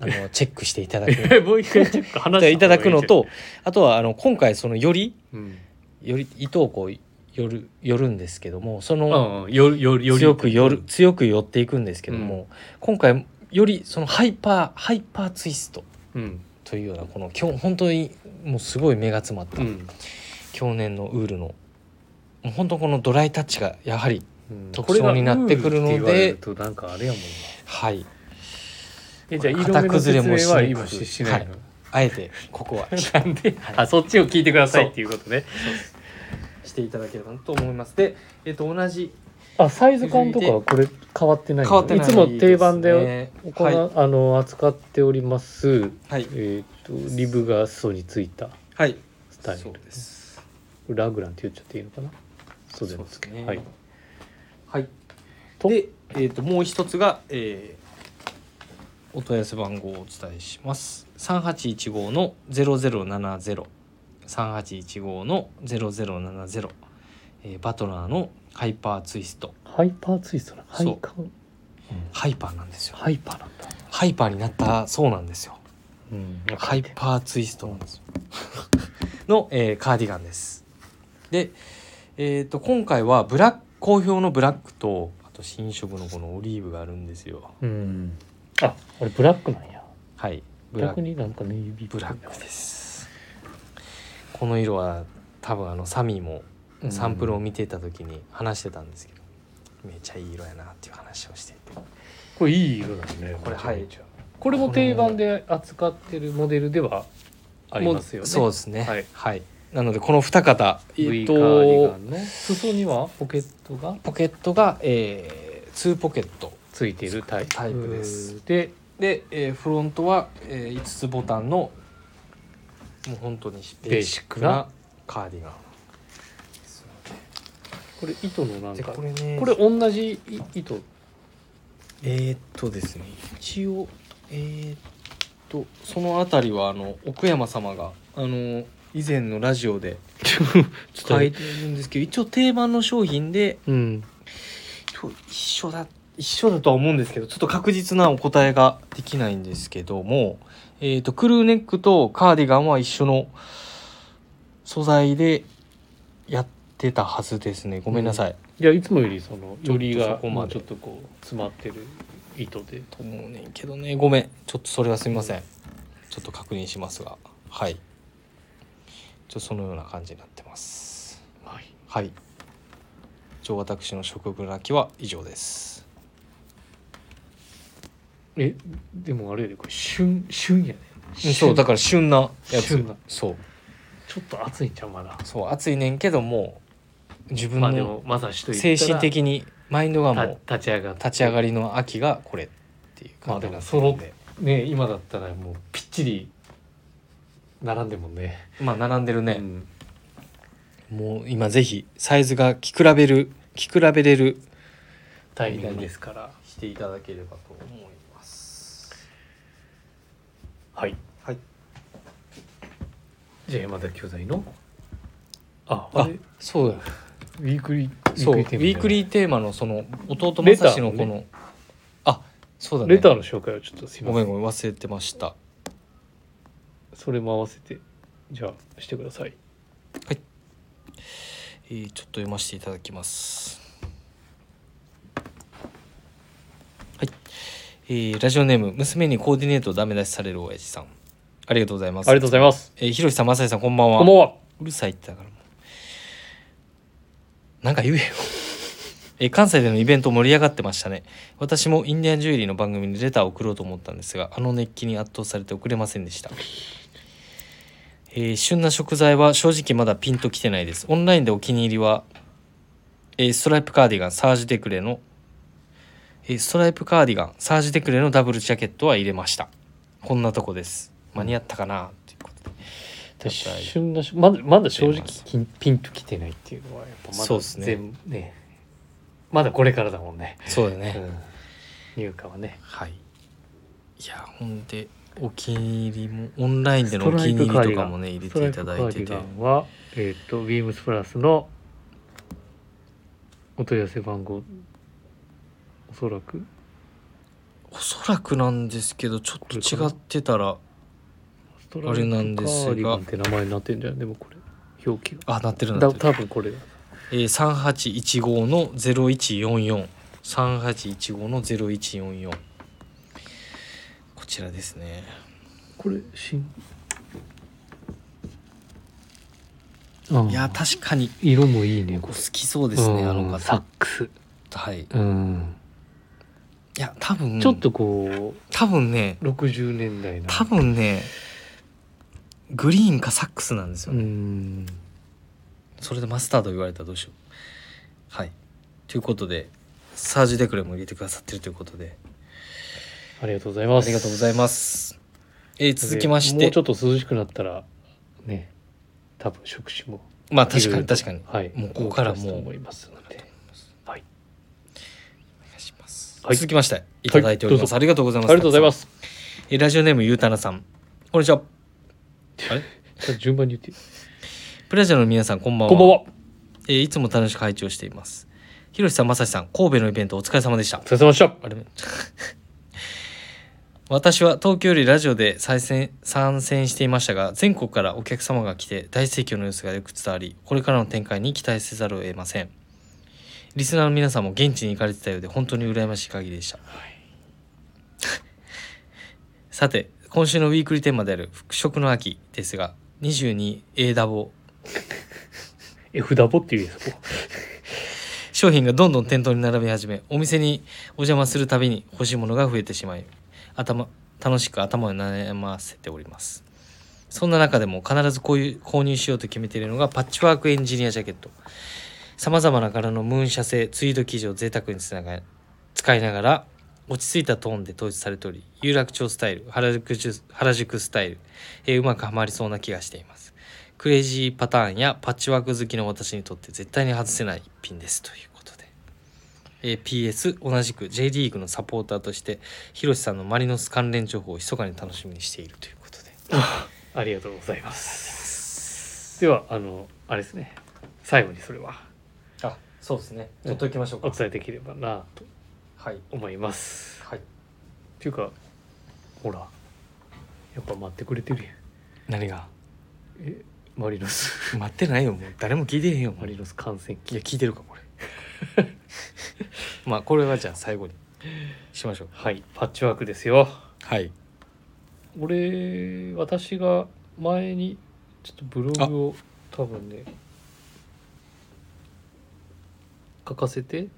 Speaker 2: あの チェックしていただく
Speaker 1: もう一回チェック話して
Speaker 2: いただくのとあとはあの今回そのより
Speaker 1: うん
Speaker 2: より糸をこう寄る寄るんですけどもその、
Speaker 1: うんうんよよより
Speaker 2: 強く寄る強く寄っていくんですけども、
Speaker 1: うん
Speaker 2: 今回よりそのハイパーハイパーツイスト
Speaker 1: うん
Speaker 2: というようなこの今日本当にもうすごい目が詰まっ
Speaker 1: う
Speaker 2: た
Speaker 1: ん
Speaker 2: 去年のウールのもう本当このドライタッチがやはり
Speaker 1: うん
Speaker 2: 特徴になってくるの
Speaker 1: これ
Speaker 2: で
Speaker 1: がウールって言われるとなんかあれやもんな
Speaker 2: はい
Speaker 1: えじゃあ色
Speaker 2: 型
Speaker 1: 目の
Speaker 2: 崩れ
Speaker 1: 説
Speaker 2: も
Speaker 1: 明は
Speaker 2: しに
Speaker 1: 今
Speaker 2: くく
Speaker 1: ししないの、
Speaker 2: あえてここは
Speaker 1: なんで、
Speaker 2: い
Speaker 1: あそっちを聞いてくださいっていうことね
Speaker 2: していただければと思いますで、えっと同じ
Speaker 1: あサイズ感とかはこれ変わってないの
Speaker 2: 変わってない
Speaker 1: つも定番で、
Speaker 2: ですね
Speaker 1: 行う
Speaker 2: は
Speaker 1: あの扱っております、
Speaker 2: い、はい
Speaker 1: えっとリブが裾についた
Speaker 2: はい、
Speaker 1: スタイル
Speaker 2: そうです
Speaker 1: ラグランって言っちゃっていいのかな袖の付け、
Speaker 2: そうですね
Speaker 1: はい
Speaker 2: はい
Speaker 1: と
Speaker 2: で、えー、ともう一つが、えーお問い合わせ番号をお伝えします3815の00703815の0070、えーバトラーのハイパーツイスト
Speaker 1: ハイパーツイストなハ
Speaker 2: そう
Speaker 1: イカン
Speaker 2: ハイパーなんですよ
Speaker 1: ハイパーなんだ、
Speaker 2: ハイパーになったそうなんですよ
Speaker 1: うん
Speaker 2: ハイパーツイストなんですよ の、えーカーディガンですで、えー、と今回はブラック好評のブラックとあと新色のこのオリーブがあるんですよ
Speaker 1: うんあこれブラックなんや
Speaker 2: はいブラッ
Speaker 1: 逆
Speaker 2: ク
Speaker 1: になんかネイビーっぽ
Speaker 2: ブ
Speaker 1: いな
Speaker 2: ラックですこの色は多分あのサミーも
Speaker 1: うん
Speaker 2: サンプルを見てた時に話してたんですけど、めっちゃいい色やなっていう話をしていて
Speaker 1: これいい色だね
Speaker 2: これはい
Speaker 1: これも定番で扱ってるモデルではありますよ
Speaker 2: も
Speaker 1: ね
Speaker 2: うそうですね
Speaker 1: は
Speaker 2: はいい、なのでこの二方、え
Speaker 1: V
Speaker 2: っ
Speaker 1: カーディガ
Speaker 2: と、
Speaker 1: ンね裾にはポケットが
Speaker 2: ポケットが、えー、2ポケット
Speaker 1: ついているタイプ
Speaker 2: タイプです
Speaker 1: で
Speaker 2: で、えーフロントは、え5つボタンのもう本当にベーシックなカーディガンです
Speaker 1: これ糸のなん
Speaker 2: で
Speaker 1: か
Speaker 2: これね
Speaker 1: これ同じい糸
Speaker 2: えー、っとですね一応えー、っとその辺りはあの奥山様があの以前のラジオで書いてるんですけど一応定番の商品で
Speaker 1: うん
Speaker 2: と一緒だ一緒だとは思うんですけどちょっと確実なお答えができないんですけども、えー、とクルーネックとカーディガンは一緒の素材でやってたはずですねごめんなさい、
Speaker 1: いやいつもよりそのより
Speaker 2: そ
Speaker 1: が
Speaker 2: こまで
Speaker 1: ちょっとこう詰まってる糸で
Speaker 2: と思うねんけどねごめんちょっとそれはすみませんちょっと確認しますがはいちょそのような感じになってます
Speaker 1: はい
Speaker 2: はい一応私の食ブラキは以上です
Speaker 1: えでもあれやでこれ旬旬やね
Speaker 2: そうだから旬なやつ
Speaker 1: 旬な
Speaker 2: そう
Speaker 1: ちょっと暑いんちゃうまだ
Speaker 2: そう暑いねんけどもう自分
Speaker 1: まあで
Speaker 2: の
Speaker 1: もまさしと言
Speaker 2: 精
Speaker 1: ったら
Speaker 2: 神的にマインドがもう
Speaker 1: た立ち上がって
Speaker 2: 立ち上がりの秋がこれっていう感じになってる
Speaker 1: まあ
Speaker 2: ん
Speaker 1: で
Speaker 2: で
Speaker 1: ね今だったらもうぴっちり並んでもんね
Speaker 2: まあ並んでる
Speaker 1: う
Speaker 2: ね、
Speaker 1: ん
Speaker 2: もう今ぜひサイズが着比べる着比べれる
Speaker 1: 大変ですから
Speaker 2: していただければと思います
Speaker 1: はい
Speaker 2: はい
Speaker 1: じゃあ山田教材のああ
Speaker 2: あ
Speaker 1: れ
Speaker 2: そうだよ
Speaker 1: ウィークリー
Speaker 2: そうウィーク
Speaker 1: ー
Speaker 2: リーテーマのその弟正志の
Speaker 1: レ
Speaker 2: こ
Speaker 1: ター
Speaker 2: の、あそうだ
Speaker 1: テーマ
Speaker 2: ね
Speaker 1: レターの紹介をちょっとすい
Speaker 2: ご
Speaker 1: ま
Speaker 2: め
Speaker 1: せ
Speaker 2: ん
Speaker 1: ん
Speaker 2: ごめん忘れてました
Speaker 1: それも合わせてじゃあしてください
Speaker 2: えーちょっと読ませていただきます。はい、えーラジオネーム娘にコーディネートをダメ出しされる親父さんありがとうございます。
Speaker 1: ありがとうござい
Speaker 2: ま
Speaker 1: ます
Speaker 2: す。えー、ひろしさんまさりさんこんばんは。
Speaker 1: こんばんは
Speaker 2: うるさいってだからもうなんか言えよ。 えー関西でのイベント盛り上がってましたね私もインディアンジュエリーの番組にレターを送ろうと思ったんですがあの熱気に圧倒されて送れませんでしたえー旬な食材は正直まだピンときてないですオンラインでお気に入りは、えーストライプカーディガンサージュデクレの、えーストライプカーディガンサージュデクレのダブルジャケットは入れましたこんなとこです間に合ったかなということで
Speaker 1: で
Speaker 2: ただ
Speaker 1: 旬なしまだまだ正
Speaker 2: 出
Speaker 1: 直
Speaker 2: ます
Speaker 1: きんピンときてないっていうのはやっぱまだ
Speaker 2: そうっすね
Speaker 1: 全ねまだこれからだもんね、
Speaker 2: そうだね、
Speaker 1: うん、入荷はね
Speaker 2: はい。いや、ほんで、お気に入りも、オンラインでのお気に入りとかもね、入れていただいて
Speaker 1: ストライ。プカーデ
Speaker 2: て
Speaker 1: ィガンはえっ、とビームスプラスのお問い合わせ番号おそらく
Speaker 2: おそらくなんですけど、ちょっと違ってたら、
Speaker 1: スト
Speaker 2: あれなんです
Speaker 1: ラ
Speaker 2: が
Speaker 1: イプカーディガンって名前になってんじゃんでもこれ表記が
Speaker 2: あ、なってるな
Speaker 1: だ
Speaker 2: ってる。
Speaker 1: 多分これだ
Speaker 2: えー、3815の0144。3815の0144。こちらですね。
Speaker 1: これ新あ
Speaker 2: いや、確かに、
Speaker 1: 色もいいね
Speaker 2: お
Speaker 1: こ
Speaker 2: 好
Speaker 1: れ
Speaker 2: きそうですね、
Speaker 1: うん
Speaker 2: あの
Speaker 1: サッ
Speaker 2: 方。
Speaker 1: クス
Speaker 2: はい。い
Speaker 1: うん
Speaker 2: や、多分、
Speaker 1: ちょっ、とこ
Speaker 2: 多分ね、
Speaker 1: う60年代の
Speaker 2: 多分ね、グリーンかサックスなんですよね。
Speaker 1: うん
Speaker 2: それでマスタード言われたらどうしよう。はい。ということで、サージュデクレも入れてくださってるということで、
Speaker 1: ありがとうございま
Speaker 2: あ
Speaker 1: す
Speaker 2: りがとうございます。えー続きまし
Speaker 1: もう
Speaker 2: て
Speaker 1: ちょ、っと涼しくなったらね多分触手も
Speaker 2: まあ確かに確かに。お願
Speaker 1: はい
Speaker 2: もうここからもう
Speaker 1: 動き出すと思いますのではい
Speaker 2: いします。
Speaker 1: はい
Speaker 2: 続きまして、いただいておりま
Speaker 1: どう
Speaker 2: す。
Speaker 1: ぞ
Speaker 2: ありがとうござい
Speaker 1: あり
Speaker 2: ます。。
Speaker 1: がとうございますす
Speaker 2: えーラジオネームゆうたなさん。こんにちは。あれ
Speaker 1: 順番に言っていい
Speaker 2: プラジャの皆さん、こんばんは。
Speaker 1: こんばんはお
Speaker 2: えーいつも楽しく拝聴しています。ひろしさん、まさしさん、神戸のイベントお疲れ様でした。
Speaker 1: 疲れ様でした
Speaker 2: あれ私は東京よりラジオで再戦参戦していましたが全国からお客様が来て大盛況の様子がよく伝わりこれからの展開に期待せざるを得ませんリスナーの皆さんも現地に行かれてたようで本当に羨ましい限りでした、さて今週のウィークリーテーマである「復職の秋」ですが 22A ダボ
Speaker 1: えふだぼって言うやつこ
Speaker 2: 商品がどんどん店頭に並び始めお店にお邪魔するたびに欲しいものが増えてしまい頭楽しく頭を悩ませておりますそんな中でも必ずこういう購入しようと決めているのがパッチワークエンジニアジャケットさまざまな柄のムーン社製ツイード生地を贅沢につなが使いながら落ち着いたトーンで統一されており有楽町スタイル原宿ジュ原宿スタイル、えーうまくはまりそうな気がしていますクレイジーパターンやパッチワーク好きの私にとって絶対に外せない一品ですということで、えー PS 同じく J リーグのサポーターとしてひろしさんのマリノス関連情報を密かに楽しみにしているということで
Speaker 1: ありがとうございますではあのあれですね最後にそれは
Speaker 2: あそうですね
Speaker 1: 取っと
Speaker 2: きましょう
Speaker 1: お伝えできればなと
Speaker 2: はい
Speaker 1: 思います
Speaker 2: はい
Speaker 1: っていうかほらやっぱ待ってくれてるやん
Speaker 2: 何が
Speaker 1: えマリノス
Speaker 2: 待ってないよもう誰も聞いてへんよも
Speaker 1: マ
Speaker 2: うい
Speaker 1: リノス感染期
Speaker 2: や聞いてるかこ れまあこれはじゃあ最後にしましょう
Speaker 1: はいパッチワークですよ
Speaker 2: はい
Speaker 1: 俺私が前にちょっとブログを多分ね書かせて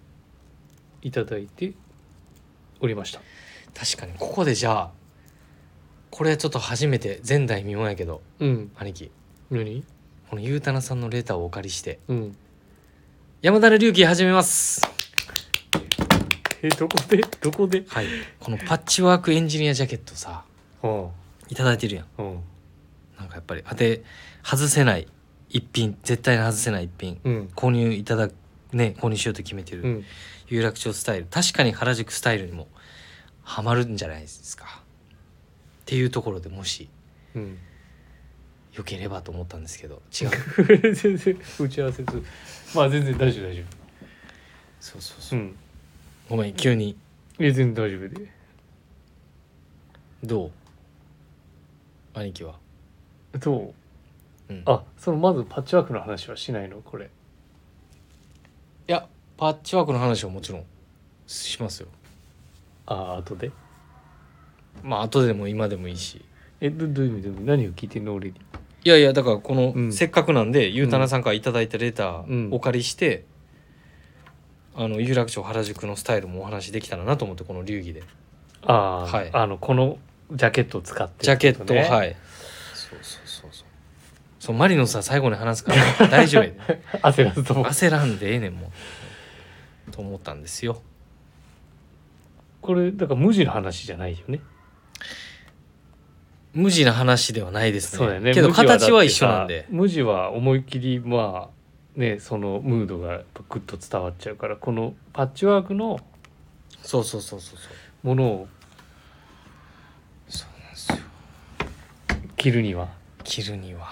Speaker 1: いただいておりました
Speaker 2: 確かにここでじゃあこれちょっと初めて前代未聞やけど
Speaker 1: うん
Speaker 2: 兄貴
Speaker 1: 何
Speaker 2: このゆうたなさんのレターをお借りして
Speaker 1: うん
Speaker 2: 山田隆起始めます
Speaker 1: えどこでどこで
Speaker 2: はいこのパッチワークエンジニアジャケットさ
Speaker 1: あ
Speaker 2: いただいてるやん
Speaker 1: あうん
Speaker 2: なんかやっぱり当て外せない一品絶対に外せない一品
Speaker 1: うん
Speaker 2: 購入いただね購入しようと決めて
Speaker 1: う
Speaker 2: る
Speaker 1: ん
Speaker 2: 有楽町スタイル確かに原宿スタイルにもハマるんじゃないですかっていうところでもし
Speaker 1: うん
Speaker 2: よければと思ったんですけど 違う
Speaker 1: 全然打ち合わせずまあ全然大丈夫大丈
Speaker 2: そうそう
Speaker 1: 夫
Speaker 2: そううんごめん急に
Speaker 1: いや全然大丈夫で
Speaker 2: どう兄貴は、
Speaker 1: どう
Speaker 2: うん、
Speaker 1: あそのまずパッチワークの話はしないのこれ
Speaker 2: いやパッチワークの話はもちろんしますよ
Speaker 1: あ後で
Speaker 2: まあ後でも今でもいいし
Speaker 1: えどどういう意味どういう意味何を聞いてんの俺に
Speaker 2: いやいやだからこの、
Speaker 1: うん
Speaker 2: せっかくなんでゆうたなさんからいただいたレタ
Speaker 1: うん
Speaker 2: ーお借りして、あの有楽町原宿のスタイルもお話できたらなと思ってこの流儀で
Speaker 1: ああ、
Speaker 2: はい
Speaker 1: あのこのジャケットを使って
Speaker 2: ジャケット、
Speaker 1: い
Speaker 2: はいそうそうそうそうそうマリノさん最後に話すから 大丈夫やで
Speaker 1: 焦らずとも
Speaker 2: 焦らんでええねんもうと思ったんですよ
Speaker 1: これだから無地の話じゃないよね
Speaker 2: 無地な話ではないですね
Speaker 1: そうだよね
Speaker 2: けど
Speaker 1: 無地だって
Speaker 2: 形
Speaker 1: さ
Speaker 2: は一緒なんで
Speaker 1: 無地は思いっきりまあねそのムードがやっぱグッと伝わっちゃうからこのパッチワークの
Speaker 2: そうそうそうそうそう
Speaker 1: ものを
Speaker 2: そうなんですよ
Speaker 1: 着るには
Speaker 2: 着るには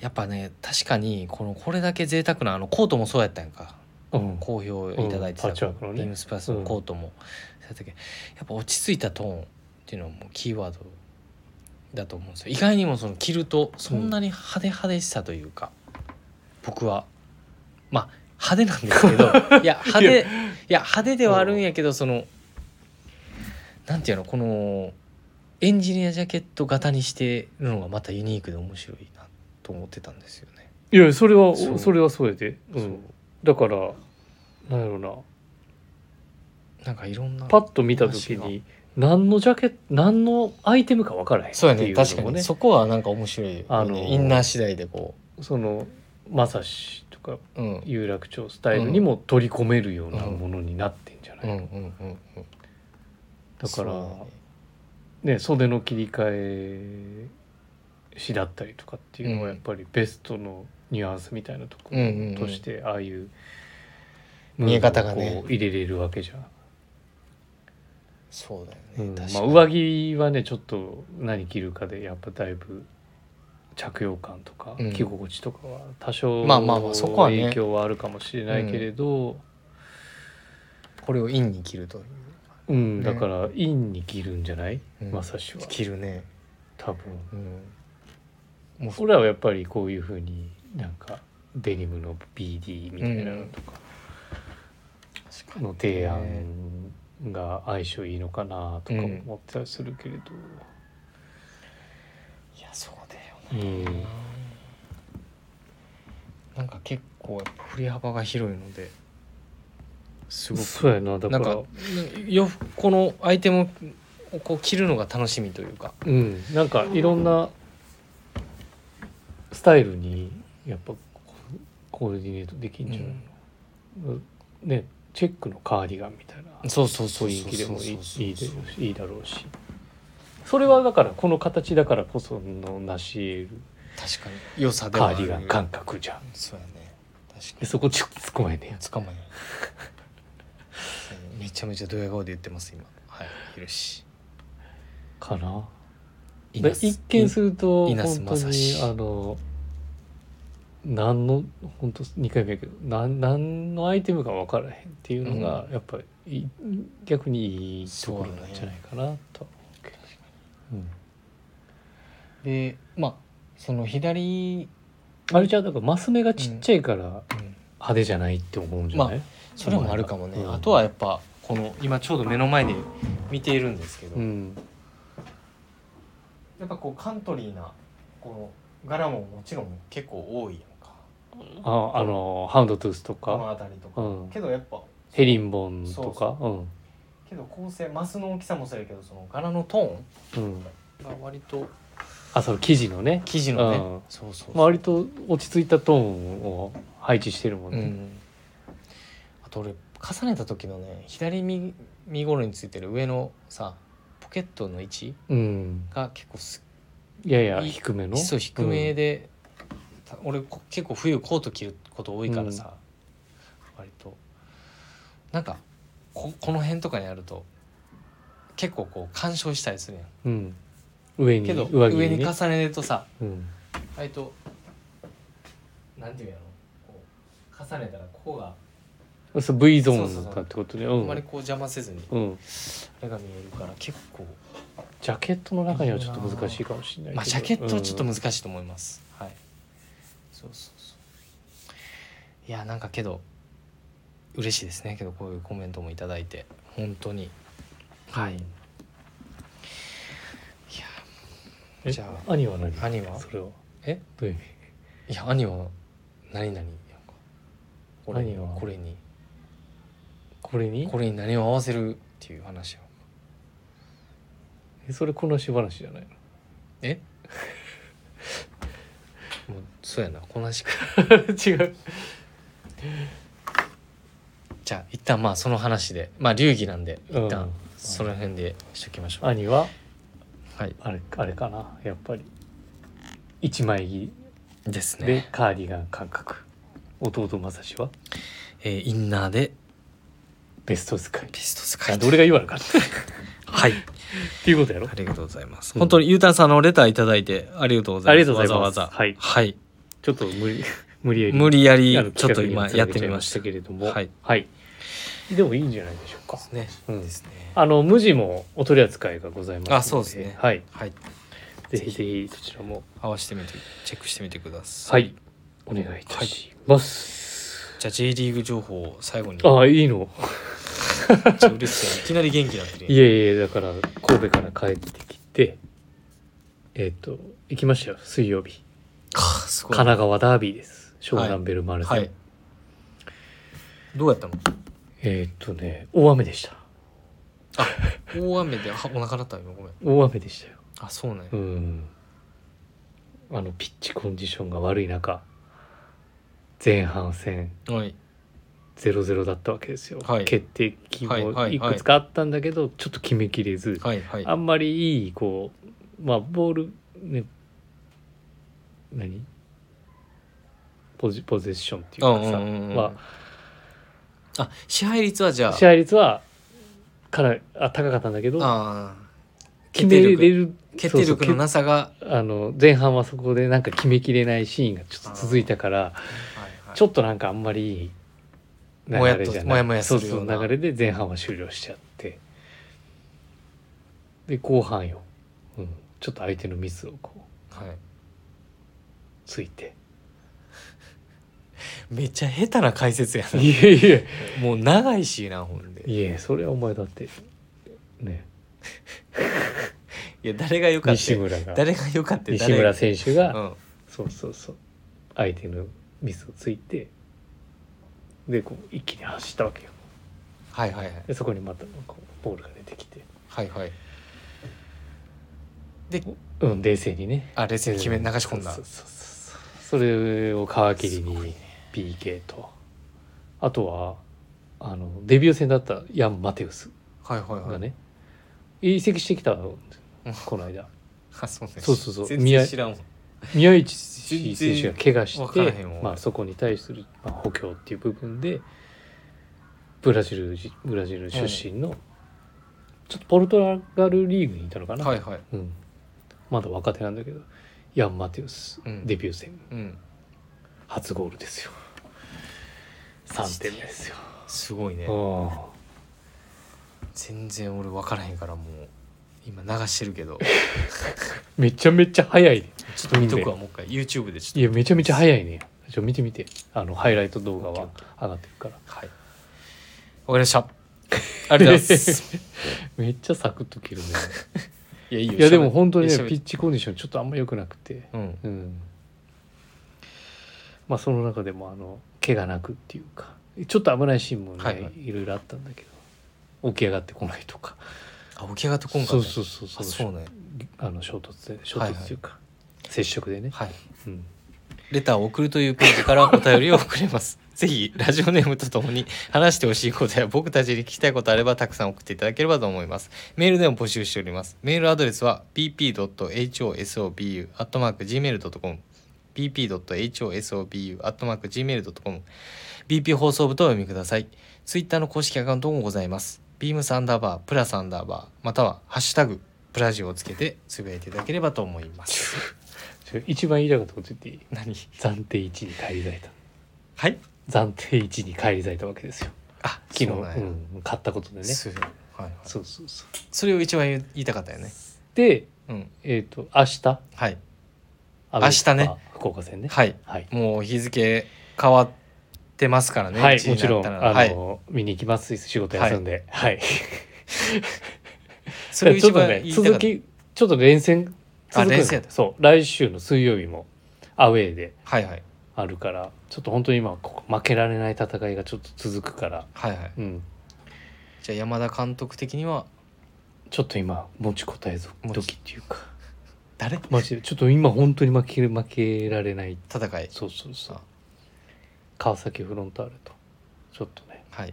Speaker 2: やっぱね確かにこのこれだけ贅沢なあのコートもそうやったんやんか
Speaker 1: うん
Speaker 2: 好評いただいてた、
Speaker 1: うんパッチワークのね
Speaker 2: ビームスプラスのコートも、そうやったけどやっぱ落ち着いたトーンっていうのはもうキーワードだと思うんですよ意外にもその着るとそんなに派手派手しさというか、僕はまあ派手なんですけ どいや派手い
Speaker 1: いや
Speaker 2: や派手ではあるんやけどそのなんていうのこのエンジニアジャケット型にしてるのがまたユニークで面白いなと思ってたんですよね。
Speaker 1: いやそれは
Speaker 2: そ
Speaker 1: そうれはそうやで、う、
Speaker 2: そうん
Speaker 1: だからなんやろうな
Speaker 2: なんかいろんな
Speaker 1: パッと見た時に何のジャケット何のアイテムか分からへん
Speaker 2: そうや
Speaker 1: って
Speaker 2: ね
Speaker 1: い
Speaker 2: 確か
Speaker 1: のも
Speaker 2: にそこはなんか面白いよね、
Speaker 1: あのー
Speaker 2: インナー次第でこ
Speaker 1: そのまさしとか
Speaker 2: う、うん、うん
Speaker 1: 有楽町スタイルにも取り込めるようなものになってんじゃない、
Speaker 2: うんうんう
Speaker 1: だ
Speaker 2: ん
Speaker 1: から
Speaker 2: そう
Speaker 1: ね袖の切り替えしだったりとかっていうのは
Speaker 2: う
Speaker 1: や
Speaker 2: ん
Speaker 1: っぱりベストのニュアンスみたいなとこ
Speaker 2: うんうんうん
Speaker 1: ろとしてああいう
Speaker 2: 見え方がね
Speaker 1: ムードをこう入れれるわけじゃん、
Speaker 2: そうだよ
Speaker 1: う
Speaker 2: ね、
Speaker 1: ん
Speaker 2: 確
Speaker 1: ま
Speaker 2: か
Speaker 1: あ、
Speaker 2: に
Speaker 1: 上着はねちょっと何着るかでやっぱだいぶ着用感とか
Speaker 2: うん
Speaker 1: 着心地とかは多少
Speaker 2: まあまあまあそこはね
Speaker 1: 影響はあるかもしれないけれど、
Speaker 2: これをインに着るという、
Speaker 1: うん
Speaker 2: ね
Speaker 1: だからインに着るんじゃない、
Speaker 2: うん
Speaker 1: まさしは
Speaker 2: 着るね、
Speaker 1: 多分
Speaker 2: うん、
Speaker 1: 俺らはやっぱりこういうふうになんかデニムの BD みたいなのとか
Speaker 2: 確
Speaker 1: の提案が相性いいのかなとかも思ってたりするけれど、
Speaker 2: いやそうだよ
Speaker 1: うん
Speaker 2: ななんか結構やっぱ振り幅が広いのですごく
Speaker 1: そうやなだか
Speaker 2: なん
Speaker 1: ら
Speaker 2: か洋服このアイテムをこう着るのが楽しみというか
Speaker 1: うん、なんかいろんなスタイルにやっぱココーディネートできんじゃないの、ねチェックのカーディガンみたいな
Speaker 2: そうそうそう
Speaker 1: 雰囲気でもいいいいで
Speaker 2: そうそうそう
Speaker 1: いいだろうしそれはだからこの形だからこその成し
Speaker 2: 確かに良さ
Speaker 1: 得
Speaker 2: で
Speaker 1: るカ
Speaker 2: はあ
Speaker 1: ーデ
Speaker 2: る
Speaker 1: ィガン感覚じゃん
Speaker 2: そうやね確か
Speaker 1: でそこちょっと突っ込まへんねや
Speaker 2: に捕まえない めちゃめちゃドヤ顔で言ってます今はい許し
Speaker 1: かな
Speaker 2: イ
Speaker 1: で
Speaker 2: ナス
Speaker 1: 一見すると
Speaker 2: イナス
Speaker 1: 本当
Speaker 2: 正
Speaker 1: に
Speaker 2: 志
Speaker 1: あの何の本当2回目やけど何何のアイテムか分からへんっていうのが
Speaker 2: う
Speaker 1: やっぱりい逆にいいところ
Speaker 2: そうだ
Speaker 1: なん
Speaker 2: ね
Speaker 1: じゃないかなとは思うけどうん
Speaker 2: でまあその左、
Speaker 1: あれじゃあだからマス目がちっちゃいから
Speaker 2: うん
Speaker 1: 派手じゃないって思うんじゃない、
Speaker 2: それもあるかもね、
Speaker 1: うん
Speaker 2: あとはやっぱこの今ちょうど目の前で見ているんですけど、
Speaker 1: うん
Speaker 2: やっぱこうカントリーなこの柄ももちろん結構多いやんか
Speaker 1: ああのハウンドトゥースと
Speaker 2: この
Speaker 1: か、
Speaker 2: 辺りと
Speaker 1: う
Speaker 2: か、
Speaker 1: ん、
Speaker 2: けどやっぱ
Speaker 1: ヘリンボンと
Speaker 2: そう
Speaker 1: か
Speaker 2: けど構成マスの大きさもそうやけどその柄のト
Speaker 1: うん、
Speaker 2: ーンが割と
Speaker 1: あその生地のね
Speaker 2: 生地のね
Speaker 1: うん
Speaker 2: そうそうそう、
Speaker 1: 割と落ち着いたトーンを配置してるもん
Speaker 2: う
Speaker 1: ね、
Speaker 2: ん、あと俺重ねた時のね左身身頃についてる上のさポケットの位置
Speaker 1: うん
Speaker 2: が結構す
Speaker 1: やや
Speaker 2: いい
Speaker 1: 低めの
Speaker 2: っそう低めで、た俺こ結構冬コート着ること多いからさ、割となんかここの辺とかにあると結構こう干渉したりするや
Speaker 1: う
Speaker 2: ん
Speaker 1: ん、上に
Speaker 2: けど
Speaker 1: 上
Speaker 2: 上
Speaker 1: 着
Speaker 2: に,、
Speaker 1: に,、ね、
Speaker 2: 重ねるとさ
Speaker 1: うん
Speaker 2: 割となんていうんやろこう重ねたらここが
Speaker 1: そう V ゾ
Speaker 2: そう
Speaker 1: ー
Speaker 2: そ
Speaker 1: ンか
Speaker 2: うそう
Speaker 1: ってことねう
Speaker 2: あ
Speaker 1: ん
Speaker 2: んまりこう邪魔せずに
Speaker 1: うん、
Speaker 2: あれが見えるから結構
Speaker 1: ジャケットの中にはちょっと難しいかもしれないけど
Speaker 2: まあジャケットはちょっと
Speaker 1: うん
Speaker 2: 難しいと思います、はいそうそうそういやなんかけど嬉しいですねけどこういうコメントもいただいて本当にはいい
Speaker 1: え
Speaker 2: やじゃあ
Speaker 1: 兄は何
Speaker 2: 兄は
Speaker 1: それは
Speaker 2: え
Speaker 1: どういう意味
Speaker 2: いや兄は何々やんかこれに
Speaker 1: 兄は
Speaker 2: これに
Speaker 1: これに
Speaker 2: これに何を合わせるっていう話を
Speaker 1: えそれこなし話じゃないの
Speaker 2: え もうそうやなこなしか
Speaker 1: 違う
Speaker 2: じゃあ一旦まあその話でまあ流儀なんで一
Speaker 1: う
Speaker 2: 旦
Speaker 1: ん
Speaker 2: その辺でしときましょう、
Speaker 1: 兄は
Speaker 2: はい
Speaker 1: あれあれかなやっぱり一枚着
Speaker 2: です
Speaker 1: で
Speaker 2: ね、
Speaker 1: カーディガン感覚、弟正志は
Speaker 2: えーインナーで
Speaker 1: ベスト使い
Speaker 2: ベスト
Speaker 1: な
Speaker 2: 使
Speaker 1: ん
Speaker 2: い
Speaker 1: で俺が言わなかったっ
Speaker 2: はい
Speaker 1: ていうこと やろ
Speaker 2: ありがとうございます、
Speaker 1: うん
Speaker 2: 本当にゆうたんさんのレターいただいてありがとうございます
Speaker 1: ありがとうございます
Speaker 2: わざわざ
Speaker 1: はい
Speaker 2: はい、
Speaker 1: ちょっと無理無理やり
Speaker 2: 無理やり
Speaker 1: あの
Speaker 2: ちょっと
Speaker 1: 企画
Speaker 2: 今
Speaker 1: に
Speaker 2: やってみました
Speaker 1: つなげちゃいけれども
Speaker 2: はい、
Speaker 1: でもいいんじゃないでしょうか
Speaker 2: ですね、
Speaker 1: うん
Speaker 2: ですね
Speaker 1: あの無地もお取り扱いがございますの
Speaker 2: あそうですね
Speaker 1: はい
Speaker 2: はい
Speaker 1: ぜひぜひそちらも
Speaker 2: 合わせてみてチェックしてみてくださ、
Speaker 1: はいいお願いいたします、
Speaker 2: じゃあ J リーグ情報を最後に
Speaker 1: ああいいの
Speaker 2: めっちゃ嬉しいねいきなり元気になってる
Speaker 1: いえいえだから神戸から帰ってきてえっ、と行きましたよ水曜日
Speaker 2: かすご
Speaker 1: 神
Speaker 2: い
Speaker 1: 奈川ダービーです湘南ベルマーレ戦、
Speaker 2: はいどうやったの
Speaker 1: えーっとね大雨でした
Speaker 2: 大雨であお腹だった今ごめん
Speaker 1: 大雨でしたよ
Speaker 2: あそうね、
Speaker 1: うんあのピッチコンディションが悪い中前半戦
Speaker 2: はい
Speaker 1: 0-0だったわけですよ、
Speaker 2: はい
Speaker 1: 決定機
Speaker 2: はいはい
Speaker 1: も
Speaker 2: はい
Speaker 1: いくつかあったんだけど、ちょっと決めきれず、
Speaker 2: はいはい
Speaker 1: あんまりいいこうまあボールね何ポジポゼッションっていうかさ、
Speaker 2: うんうんうんうん
Speaker 1: ま
Speaker 2: あ支配率はじゃ
Speaker 1: あ、
Speaker 2: あ
Speaker 1: 試合率はかなりあ高かったんだけど
Speaker 2: ああ
Speaker 1: 決めれ
Speaker 2: 決定力
Speaker 1: る
Speaker 2: 決定
Speaker 1: そう
Speaker 2: 力
Speaker 1: そう
Speaker 2: のなさが
Speaker 1: あの前半はそこでなんか決めきれないシーンがちょっと続いたからちょ
Speaker 2: っ
Speaker 1: っとなんかあんまりいい流
Speaker 2: もやっと
Speaker 1: れじゃない
Speaker 2: もやもやするような
Speaker 1: そうそう流れで前半は終了しちゃってで後半よ、うん、ちょっと相手のミスをこう
Speaker 2: と、はい、
Speaker 1: つい て
Speaker 2: めっちゃ下手な解説やない
Speaker 1: えいえ
Speaker 2: もう長いしなほんで
Speaker 1: いえそれはお前だってね
Speaker 2: いや誰がよかっ
Speaker 1: 西
Speaker 2: て
Speaker 1: 村が
Speaker 2: 誰がよかって
Speaker 1: 西村選手が、
Speaker 2: 誰が、うん、
Speaker 1: そうそうそう相手のミスをついてでこう一気に走ったわけよ
Speaker 2: はいはいはい
Speaker 1: でそこにまたこうボールが出てきて、
Speaker 2: はいはいで
Speaker 1: うん、冷静にね
Speaker 2: あ冷静に決め流し込んだ
Speaker 1: そうそうそうそうそれを皮切りに PK とあとはあのデビュー戦だったヤン・マテウス
Speaker 2: はいはいは
Speaker 1: が
Speaker 2: い
Speaker 1: ね移籍してきたのこの間
Speaker 2: あそうね
Speaker 1: そうそうそう
Speaker 2: 全然知らんわ
Speaker 1: 宮市選手が怪我し
Speaker 2: わから
Speaker 1: て
Speaker 2: へんわ、
Speaker 1: まあ、そこに対する、まあ、補強っていう部分でブラジルじブラジル出身の、ちょっとポルトガルリーグにいたのかな、
Speaker 2: はいはい
Speaker 1: うん、まだ若手なんだけどヤン・マテウス、
Speaker 2: うん
Speaker 1: デビュー戦
Speaker 2: うん
Speaker 1: 初ゴールですよ3点目ですよ、
Speaker 2: すごいね
Speaker 1: う
Speaker 2: 全然俺分からへんからもう今流してるけど
Speaker 1: ん、めちゃめちゃ早いね
Speaker 2: ちょっと見とくわもう一回 YouTube でち
Speaker 1: い
Speaker 2: ょっ
Speaker 1: やめちゃめちゃ早いねちょ見てみてあのハイライト動画
Speaker 2: オッケー
Speaker 1: は
Speaker 2: オッ
Speaker 1: 上がってるから
Speaker 2: とはいわかりましたありがとうございます
Speaker 1: めっちゃサクッと切るね
Speaker 2: いやいいよ
Speaker 1: いやでも本当にね
Speaker 2: 喋って
Speaker 1: ピッチコンディションちょっとあんま良くなくて
Speaker 2: うん
Speaker 1: うんまあその中でもあの怪我なくっていうかちょっと危ないシーンもね、
Speaker 2: はい
Speaker 1: い
Speaker 2: はい
Speaker 1: ろいろあったんだけど起き上がってこないとか
Speaker 2: あ起き上がってこんか
Speaker 1: そ
Speaker 2: っ
Speaker 1: う
Speaker 2: た
Speaker 1: そううそうそ
Speaker 2: あ
Speaker 1: う
Speaker 2: そうね
Speaker 1: あの衝突で衝
Speaker 2: はいはい
Speaker 1: 突というか、接触でね、
Speaker 2: はい
Speaker 1: うん、
Speaker 2: レターを送るというページからお便りを送れます。 ぜひラジオネームとともに話してほしいことや僕たちに聞きたいことあればたくさん送っていただければと思います。メールでも募集しております。メールアドレスは bp.hosobu.gmail.com bp.hosobu.gmail.com bp 放送部とお読みください。ツイッターの公式アカウントもございます。ビームサンダーバー、プラサンダーバー、またはハッシュタグ、プラジオをつけてつぶやいていただければと思います。
Speaker 1: それ一番言いたかったこと言っていい
Speaker 2: 何
Speaker 1: 暫定1に返り咲いた
Speaker 2: はい
Speaker 1: 暫定1に返り咲いたわけですよ
Speaker 2: あ、
Speaker 1: 昨日
Speaker 2: そう
Speaker 1: う、
Speaker 2: なんや
Speaker 1: ん、買ったことでねそ
Speaker 2: すはいはいう
Speaker 1: そうそう
Speaker 2: それを一番言いたかったよね。
Speaker 1: で
Speaker 2: うん、
Speaker 1: えっ、と明日ア
Speaker 2: はい、
Speaker 1: メリカ
Speaker 2: 明日ね
Speaker 1: 福岡戦ね
Speaker 2: はい、
Speaker 1: はい、
Speaker 2: もう日付変わってますからね。
Speaker 1: はい
Speaker 2: 1
Speaker 1: も
Speaker 2: に
Speaker 1: ち
Speaker 2: な
Speaker 1: ろ
Speaker 2: っ
Speaker 1: ん
Speaker 2: たら
Speaker 1: あ
Speaker 2: はい、
Speaker 1: の、見に行きます仕事休んではい、
Speaker 2: それ を
Speaker 1: ちょ
Speaker 2: 一
Speaker 1: っと
Speaker 2: 番
Speaker 1: ね
Speaker 2: 言いたか
Speaker 1: 続
Speaker 2: った。
Speaker 1: きちょっと連戦続くの
Speaker 2: あ連戦やった
Speaker 1: そう来週の水曜日もアウェーで
Speaker 2: はいはい
Speaker 1: あるからちょっと本当に今ここ負けられない戦いがちょっと続くから、
Speaker 2: はいはい。
Speaker 1: うん、
Speaker 2: じゃあ山田監督的には
Speaker 1: ちょっと今持ちこたえぞ
Speaker 2: 持ち
Speaker 1: 時っていうか
Speaker 2: 誰
Speaker 1: マジでちょっと今本当に負ける負けられない
Speaker 2: 戦い。
Speaker 1: そうそうそう
Speaker 2: あ
Speaker 1: 川崎フロンターレとちょっとね
Speaker 2: はい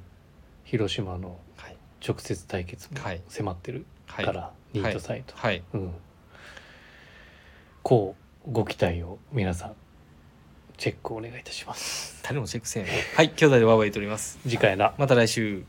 Speaker 1: 広島の
Speaker 2: はい
Speaker 1: 直接対決も
Speaker 2: はい
Speaker 1: 迫ってる
Speaker 2: は
Speaker 1: か
Speaker 2: い
Speaker 1: ら、ニートサイト、
Speaker 2: はい。
Speaker 1: うん、こうご期待を皆さんチェックお願いいたします
Speaker 2: 誰もチェックせんよ。はい、兄弟でワーワー言っております。
Speaker 1: 次回な
Speaker 2: また来週。